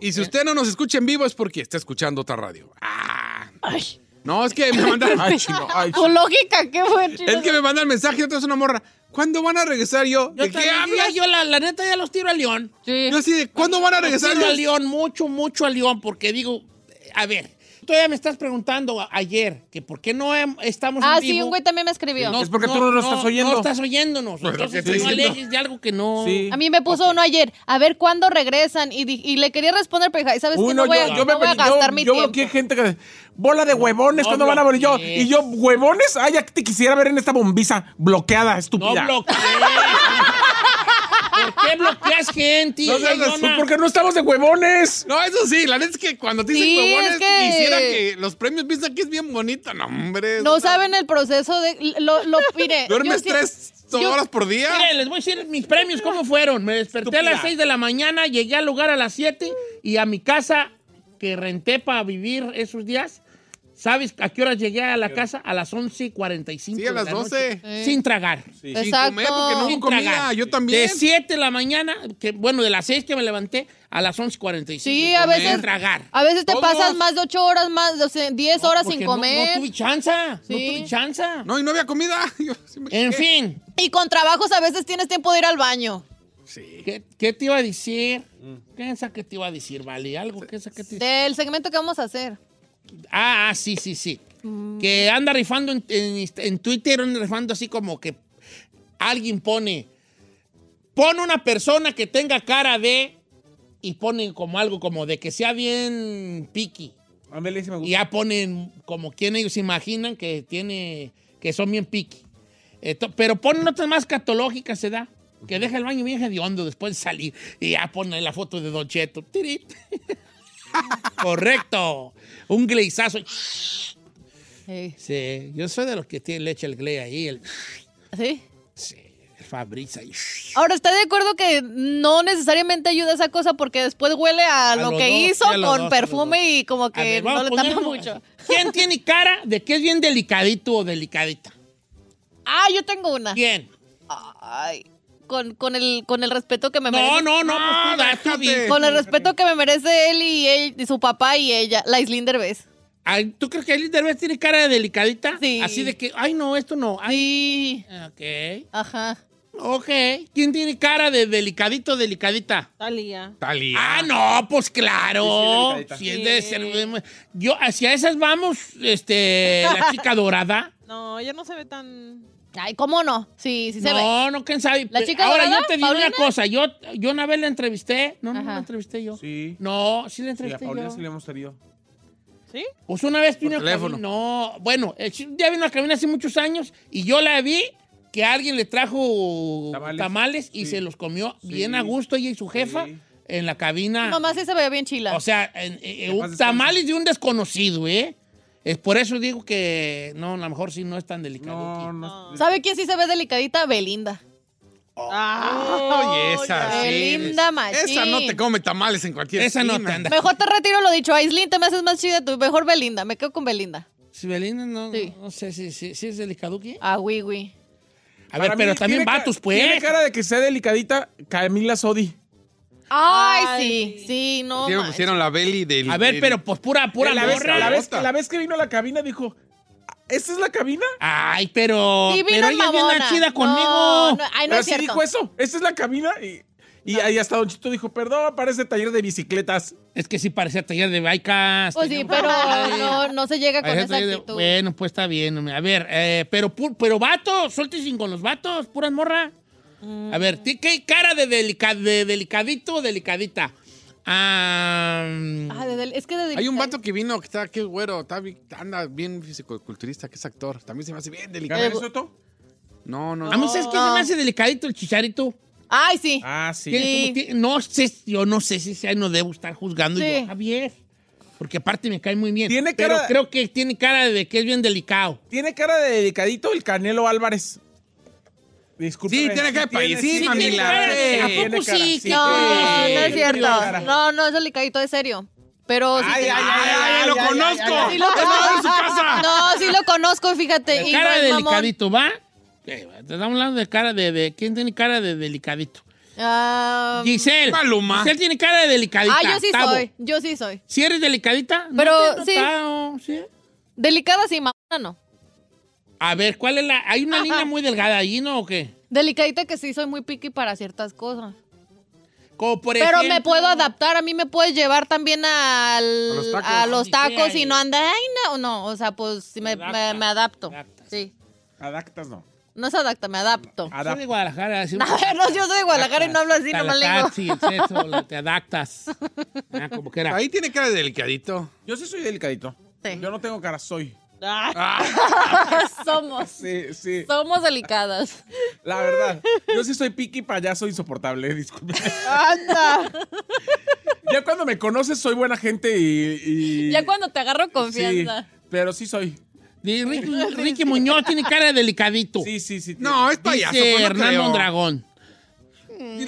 Speaker 4: Y si usted no nos escucha en vivo es porque está escuchando otra radio. Ah. No, es que me
Speaker 3: [LAUGHS]
Speaker 4: mandan. Ay, chino, ay,
Speaker 2: Tu lógica, qué fue, chino?
Speaker 4: Es que me mandan mensaje y otra es una morra. ¿Cuándo van a regresar yo?
Speaker 1: Yo
Speaker 4: ¿De qué
Speaker 1: también,
Speaker 4: hablas?
Speaker 1: Yo, la, la neta, ya los tiro a León.
Speaker 4: Yo así de, ¿cuándo van a regresar
Speaker 1: Los tiro a
Speaker 4: los-
Speaker 1: León, mucho, mucho a León, porque digo, eh, a ver, todavía me estás preguntando a- ayer que por qué no em- estamos
Speaker 2: Ah,
Speaker 1: en vivo.
Speaker 2: sí, un güey también me escribió.
Speaker 1: No,
Speaker 3: lo estás oyendo.
Speaker 1: No estás oyéndonos.
Speaker 3: Pues lo
Speaker 1: Entonces,
Speaker 3: que estoy
Speaker 1: no
Speaker 3: diciendo.
Speaker 1: alejes de algo que no...
Speaker 3: Sí.
Speaker 2: A mí me puso uno ayer, a ver cuándo regresan, y, di- y le quería responder, pero dije, ¿sabes qué? No
Speaker 3: Uno,
Speaker 2: voy a,
Speaker 3: yo,
Speaker 2: no
Speaker 3: yo me
Speaker 2: voy a
Speaker 3: yo-
Speaker 2: gastar mi
Speaker 3: yo veo
Speaker 2: tiempo.
Speaker 3: que hay gente que. Bola de huevones,
Speaker 1: No
Speaker 3: ¿cuándo van a venir yo?
Speaker 1: bloquees.
Speaker 3: Y yo, huevones, ay, ya te quisiera ver en esta bombiza bloqueada,
Speaker 1: No
Speaker 3: estúpida.
Speaker 1: bloquees. ¿Por qué bloqueas gente?
Speaker 3: No seas
Speaker 1: Leona?
Speaker 3: así, porque no estamos de huevones.
Speaker 4: No, eso sí, la neta es que cuando te dicen
Speaker 2: Sí,
Speaker 4: huevones,
Speaker 2: es que-
Speaker 4: quisiera que los premios piensan que es bien bonito. No, hombre.
Speaker 2: No saben el proceso de... Lo, lo,
Speaker 4: [LAUGHS]
Speaker 2: mire, yo
Speaker 4: ¿Duermes
Speaker 2: sí-
Speaker 4: tres
Speaker 2: yo-
Speaker 4: horas por día?
Speaker 1: Mire, les voy a decir mis premios, ¿cómo fueron? Me desperté a las
Speaker 4: Estúpida.
Speaker 1: 6 de la mañana, llegué al lugar a las 7 y a mi casa que renté para vivir esos días. ¿Sabes a qué hora llegué a la casa? A las 11.45.
Speaker 4: Sí, a
Speaker 1: de la
Speaker 4: las
Speaker 1: noche,
Speaker 4: 12.
Speaker 1: Sin tragar.
Speaker 4: Sin comer porque no
Speaker 1: Sin
Speaker 4: hubo comida.
Speaker 1: tragar.
Speaker 4: Yo también.
Speaker 1: De 7 de la mañana, que, bueno, de las 6 que me levanté, a las 11.45.
Speaker 2: Sí, a
Speaker 1: Comer,
Speaker 2: veces-
Speaker 1: tragar.
Speaker 2: A veces te
Speaker 1: Todos.
Speaker 2: pasas más de ocho horas, más de 10 horas sin
Speaker 1: Porque no-
Speaker 2: comer.
Speaker 1: No, tuve chance. No
Speaker 2: Sí.
Speaker 1: tuve chance.
Speaker 4: No, y no había comida. [LAUGHS] Yo sí me
Speaker 1: En
Speaker 4: quejé.
Speaker 1: fin,
Speaker 2: Y con trabajos a veces tienes tiempo de ir al baño.
Speaker 4: Sí.
Speaker 1: ¿qué, qué te iba a decir? Piensa que te iba a decir, vale, algo. ¿Qué que te
Speaker 2: Del segmento que vamos a hacer.
Speaker 1: Ah, ah, sí, sí, sí. Que anda rifando en, en- en Twitter, anda rifando así como que alguien pone, pone una persona que tenga cara de, y ponen como algo como de que sea bien piqui.
Speaker 3: Ándale, ese me
Speaker 1: Y
Speaker 3: gusta.
Speaker 1: ya ponen como quien ellos imaginan que tiene, que son bien piqui. Esto- pero ponen otras más catológicas, se da. Que deja el baño bien hediondo después de salir. Y ya ponen la foto de Don Cheto. Tirit. [LAUGHS] Correcto. Un gleizazo. Eh,
Speaker 2: Sí.
Speaker 1: Sí, yo soy de los que tiene leche el glay ahí, el,
Speaker 2: ¿Sí?
Speaker 1: el Fabriz ahí.
Speaker 2: Ahora, ¿está de acuerdo que no necesariamente ayuda esa cosa porque después huele a, lo
Speaker 1: los
Speaker 2: que
Speaker 1: dos,
Speaker 2: hizo
Speaker 1: sí, a los dos, a
Speaker 2: con
Speaker 1: los
Speaker 2: perfume
Speaker 1: dos.
Speaker 2: y como
Speaker 1: A
Speaker 2: que
Speaker 1: ver,
Speaker 2: no
Speaker 1: vamos
Speaker 2: le
Speaker 1: a
Speaker 2: tapa
Speaker 1: ponernos-
Speaker 2: mucho?
Speaker 1: ¿Quién tiene cara de que es bien delicadito o delicadita?
Speaker 2: Ah, yo tengo una.
Speaker 1: ¿Quién?
Speaker 2: Ay, con, con, el, con el respeto que me
Speaker 1: No,
Speaker 2: merece.
Speaker 1: no, no,
Speaker 4: Ah,
Speaker 1: pues tú da, tú di.
Speaker 4: déjate.
Speaker 2: Con el respeto que me merece él y, él- y su papá y ella, la Islín Derbez.
Speaker 1: Ay, ¿Tú crees que el Derbez tiene cara de delicadita?
Speaker 2: Sí.
Speaker 1: Así de que, ay, no, esto no. Ay,
Speaker 2: Sí.
Speaker 1: ok.
Speaker 2: Ajá.
Speaker 1: Ok. ¿Quién tiene cara de delicadito, delicadita?
Speaker 7: Talía.
Speaker 4: Talía.
Speaker 1: Ah, no, pues claro.
Speaker 3: Sí, sí, delicadita.
Speaker 1: Si es de ser. Yo, hacia esas vamos, este,
Speaker 2: [LAUGHS]
Speaker 1: la chica dorada.
Speaker 7: No, ella no se ve tan.
Speaker 2: Ay, ¿cómo no? Sí, sí se ve.
Speaker 1: No, no, quién sabe.
Speaker 2: ¿La chica
Speaker 1: Ahora,
Speaker 2: dorada?
Speaker 1: yo te digo
Speaker 2: ¿Paulina?
Speaker 1: una cosa. Yo, yo una vez la entrevisté. No, no,
Speaker 2: Ajá.
Speaker 1: la entrevisté yo.
Speaker 3: Sí.
Speaker 1: No, sí la
Speaker 3: Sí, a
Speaker 1: entrevisté
Speaker 3: Paulina
Speaker 1: yo.
Speaker 3: sí le hemos tenido.
Speaker 7: ¿Sí?
Speaker 1: Pues una vez vino a
Speaker 4: teléfono.
Speaker 1: cabina- No, bueno, eh, sí, un día vino a cabina hace muchos años y yo la vi que alguien le trajo
Speaker 3: Tamales.
Speaker 1: tamales, y
Speaker 3: Sí.
Speaker 1: se los comió
Speaker 3: Sí.
Speaker 1: bien a gusto ella y su jefa
Speaker 3: Sí.
Speaker 1: en la cabina.
Speaker 2: Mamá sí se veía bien chila.
Speaker 1: O sea, en- en-
Speaker 3: paz
Speaker 1: un
Speaker 3: descanse.
Speaker 1: tamales de un desconocido, ¿eh? Es por eso digo que no, a lo mejor sí no es tan delicado.
Speaker 3: No, no.
Speaker 2: ¿Sabe quién sí se ve delicadita? Belinda.
Speaker 4: Ay, esa
Speaker 2: Qué
Speaker 4: sí.
Speaker 2: linda machín.
Speaker 4: Esa no te come tamales en cualquier
Speaker 1: Esa no
Speaker 4: esquina.
Speaker 1: te anda.
Speaker 2: Mejor te retiro lo dicho. Aislín, te me haces más chida tú. Mejor Belinda. Me quedo con Belinda.
Speaker 1: Si Belinda no,
Speaker 2: Sí.
Speaker 1: no sé si si- si es delicaduki.
Speaker 2: Ah, oui, oui.
Speaker 1: A ver, pero también vatos, pues.
Speaker 3: Tiene cara de que sea delicadita Camila Sodi.
Speaker 2: Ay,
Speaker 7: Ay,
Speaker 2: sí. Sí, no.
Speaker 4: Sí, me
Speaker 2: manches.
Speaker 4: pusieron la belly del.
Speaker 1: A ver,
Speaker 4: del-
Speaker 1: pero pues pura, pura
Speaker 3: la, vez,
Speaker 1: morra.
Speaker 3: la, vez,
Speaker 4: Bota.
Speaker 3: la vez que vino a la cabina dijo, "Ah, ¿esta es la cabina?
Speaker 1: Ay, pero.
Speaker 2: Sí, vino
Speaker 1: pero ella viene
Speaker 2: mamona.
Speaker 1: chida conmigo.
Speaker 2: No, no, ay, no
Speaker 3: Pero
Speaker 2: es
Speaker 3: sí
Speaker 2: cierto.
Speaker 3: dijo eso, ¿esta es la cabina? Y, y ahí hasta Don Chito dijo, perdón, parece taller de bicicletas.
Speaker 1: Es que sí parecía taller de baicas.
Speaker 2: Pues sí, pero no, no se llega con
Speaker 1: Parecía
Speaker 2: esa
Speaker 1: taller de-
Speaker 2: actitud.
Speaker 1: Bueno, pues está bien. hombre. A ver, eh, pero, pu- pero vatos, suéltense con los vatos, puras morra. A ver,
Speaker 2: Mm.
Speaker 1: ¿ti- ¿qué cara de, delica- de delicadito o delicadita? Ah,
Speaker 2: Ah, de del- es que de
Speaker 4: Hay un
Speaker 2: delicadita.
Speaker 4: vato que vino que está aquí, güero. Está, bien- anda bien fisicoculturista, que es actor. También se me hace
Speaker 2: Eh,
Speaker 4: bien
Speaker 3: ¿Gabriel
Speaker 4: delicado.
Speaker 3: Soto?
Speaker 4: No, no.
Speaker 1: a mí, ¿sabes qué se me hace delicadito el chicharito?
Speaker 2: Ay, sí.
Speaker 3: Ah, sí.
Speaker 1: Tiene como- tiene- no sé, yo no sé si sea, no debo estar juzgando
Speaker 2: Sí.
Speaker 1: yo, Javier. Porque aparte me cae muy bien.
Speaker 3: Tiene
Speaker 1: pero
Speaker 3: cara-
Speaker 1: creo que tiene cara de que es bien delicado.
Speaker 3: Tiene cara de dedicadito el Canelo Álvarez. Disculpe.
Speaker 4: Sí, tiene cara de payasín,
Speaker 3: sí,
Speaker 4: mamila.
Speaker 3: tiene cara,
Speaker 1: Sí. ¿A poco sí?
Speaker 3: tiene cara,
Speaker 2: no,
Speaker 3: tiene-
Speaker 2: no es
Speaker 3: tiene
Speaker 2: cierto.
Speaker 3: cara.
Speaker 2: No, no es delicadito, es serio. Pero sí.
Speaker 3: Ay,
Speaker 2: te-
Speaker 3: ay,
Speaker 4: ¡Ay, ay, ay! ¡Lo
Speaker 3: Ay, ay,
Speaker 4: conozco!
Speaker 3: ay, ay,
Speaker 2: Sí lo
Speaker 4: ¡Estaba en su
Speaker 2: conozco.
Speaker 4: casa!
Speaker 2: No, sí lo conozco, fíjate.
Speaker 1: La
Speaker 2: y
Speaker 1: cara
Speaker 2: no
Speaker 1: de
Speaker 2: es mamón.
Speaker 1: delicadito, ¿va? Estamos hablando de cara de, de- ¿Quién tiene cara de delicadito?
Speaker 2: Ah,
Speaker 1: Giselle.
Speaker 2: Paloma.
Speaker 1: Giselle tiene cara de delicadita.
Speaker 2: Ah, yo sí
Speaker 1: Tavo.
Speaker 2: soy. Yo sí soy.
Speaker 1: ¿Sí eres delicadita? No te
Speaker 2: Pero
Speaker 1: he
Speaker 2: sí.
Speaker 1: notado, sí.
Speaker 2: Delicada sí, mamona no.
Speaker 1: A ver, ¿cuál es la...? ¿Hay una línea muy delgada ahí, no, o qué?
Speaker 2: Delicadita que sí soy muy piqui para ciertas cosas.
Speaker 1: Como por
Speaker 2: Pero me
Speaker 1: ejemplo-
Speaker 2: puedo adaptar, a mí me puedes llevar también al-
Speaker 1: A los tacos.
Speaker 2: a los
Speaker 1: Sí,
Speaker 2: tacos
Speaker 1: sí,
Speaker 2: y no anda, ay, no, no, o sea, pues sí me, me- me adapto. Sí,
Speaker 3: Adactas no.
Speaker 2: no se adapta, me adapto.
Speaker 1: Soy de Guadalajara. sí.
Speaker 2: A ver, [LAUGHS] no, yo soy de Guadalajara y no hablo así,
Speaker 1: Hasta
Speaker 2: nomás
Speaker 1: la
Speaker 2: le digo.
Speaker 1: taxi, el sexo, la- te adaptas. Ah, como que era.
Speaker 4: Ahí tiene cara de delicadito.
Speaker 3: Yo sí soy delicadito.
Speaker 2: Eh.
Speaker 3: Yo no tengo cara, soy.
Speaker 2: [LAUGHS] Somos.
Speaker 3: Sí, sí.
Speaker 2: Somos delicadas.
Speaker 3: La verdad. Yo sí soy piqui payaso insoportable, [LAUGHS] disculpe.
Speaker 2: Anda.
Speaker 3: Ya cuando me conoces soy buena gente y... y-
Speaker 2: Ya cuando te agarro confianza.
Speaker 3: Sí, pero sí soy.
Speaker 1: Ricky,
Speaker 2: [LAUGHS]
Speaker 1: Ricky Muñoz tiene cara de delicadito.
Speaker 3: Sí, sí, sí.
Speaker 4: No, es payaso.
Speaker 1: Dice
Speaker 4: pues, no
Speaker 1: Hernán
Speaker 4: creo.
Speaker 1: Mondragón.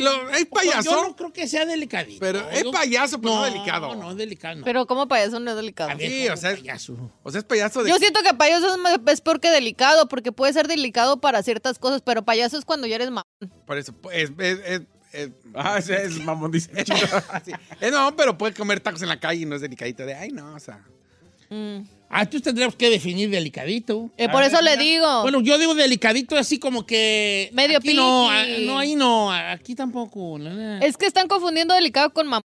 Speaker 4: Lo- es payaso.
Speaker 1: Pues, Yo no creo que sea delicadito. ¿eh?
Speaker 4: Pero es
Speaker 1: Yo-
Speaker 4: payaso, pero no,
Speaker 1: No,
Speaker 4: delicado.
Speaker 1: no, delicado. no.
Speaker 2: Pero como payaso no es delicado.
Speaker 4: Sí, o sea, es
Speaker 1: payaso.
Speaker 4: O sea, es payaso de.
Speaker 2: Yo siento que payaso es, más- es peor que delicado, porque puede ser delicado para ciertas cosas, pero payaso es cuando ya eres mamón.
Speaker 4: Por eso. pues, Es, es, es, es-
Speaker 3: Ah, ese es mamón, dice.
Speaker 4: [LAUGHS] Sí. Eh, no, pero puede comer tacos en la calle y no es delicadito. De, ay, no, o sea.
Speaker 1: Ah, tú tendríamos que definir delicadito.
Speaker 3: Ah,
Speaker 2: Eh, por
Speaker 1: A
Speaker 2: eso le
Speaker 1: mira.
Speaker 2: digo.
Speaker 1: Bueno, yo digo delicadito así como que...
Speaker 2: Medio
Speaker 1: aquí No, ah,
Speaker 2: piqui.
Speaker 1: no, ahí no, ah, aquí tampoco. la verdad.
Speaker 2: Es que están confundiendo delicado con mamón.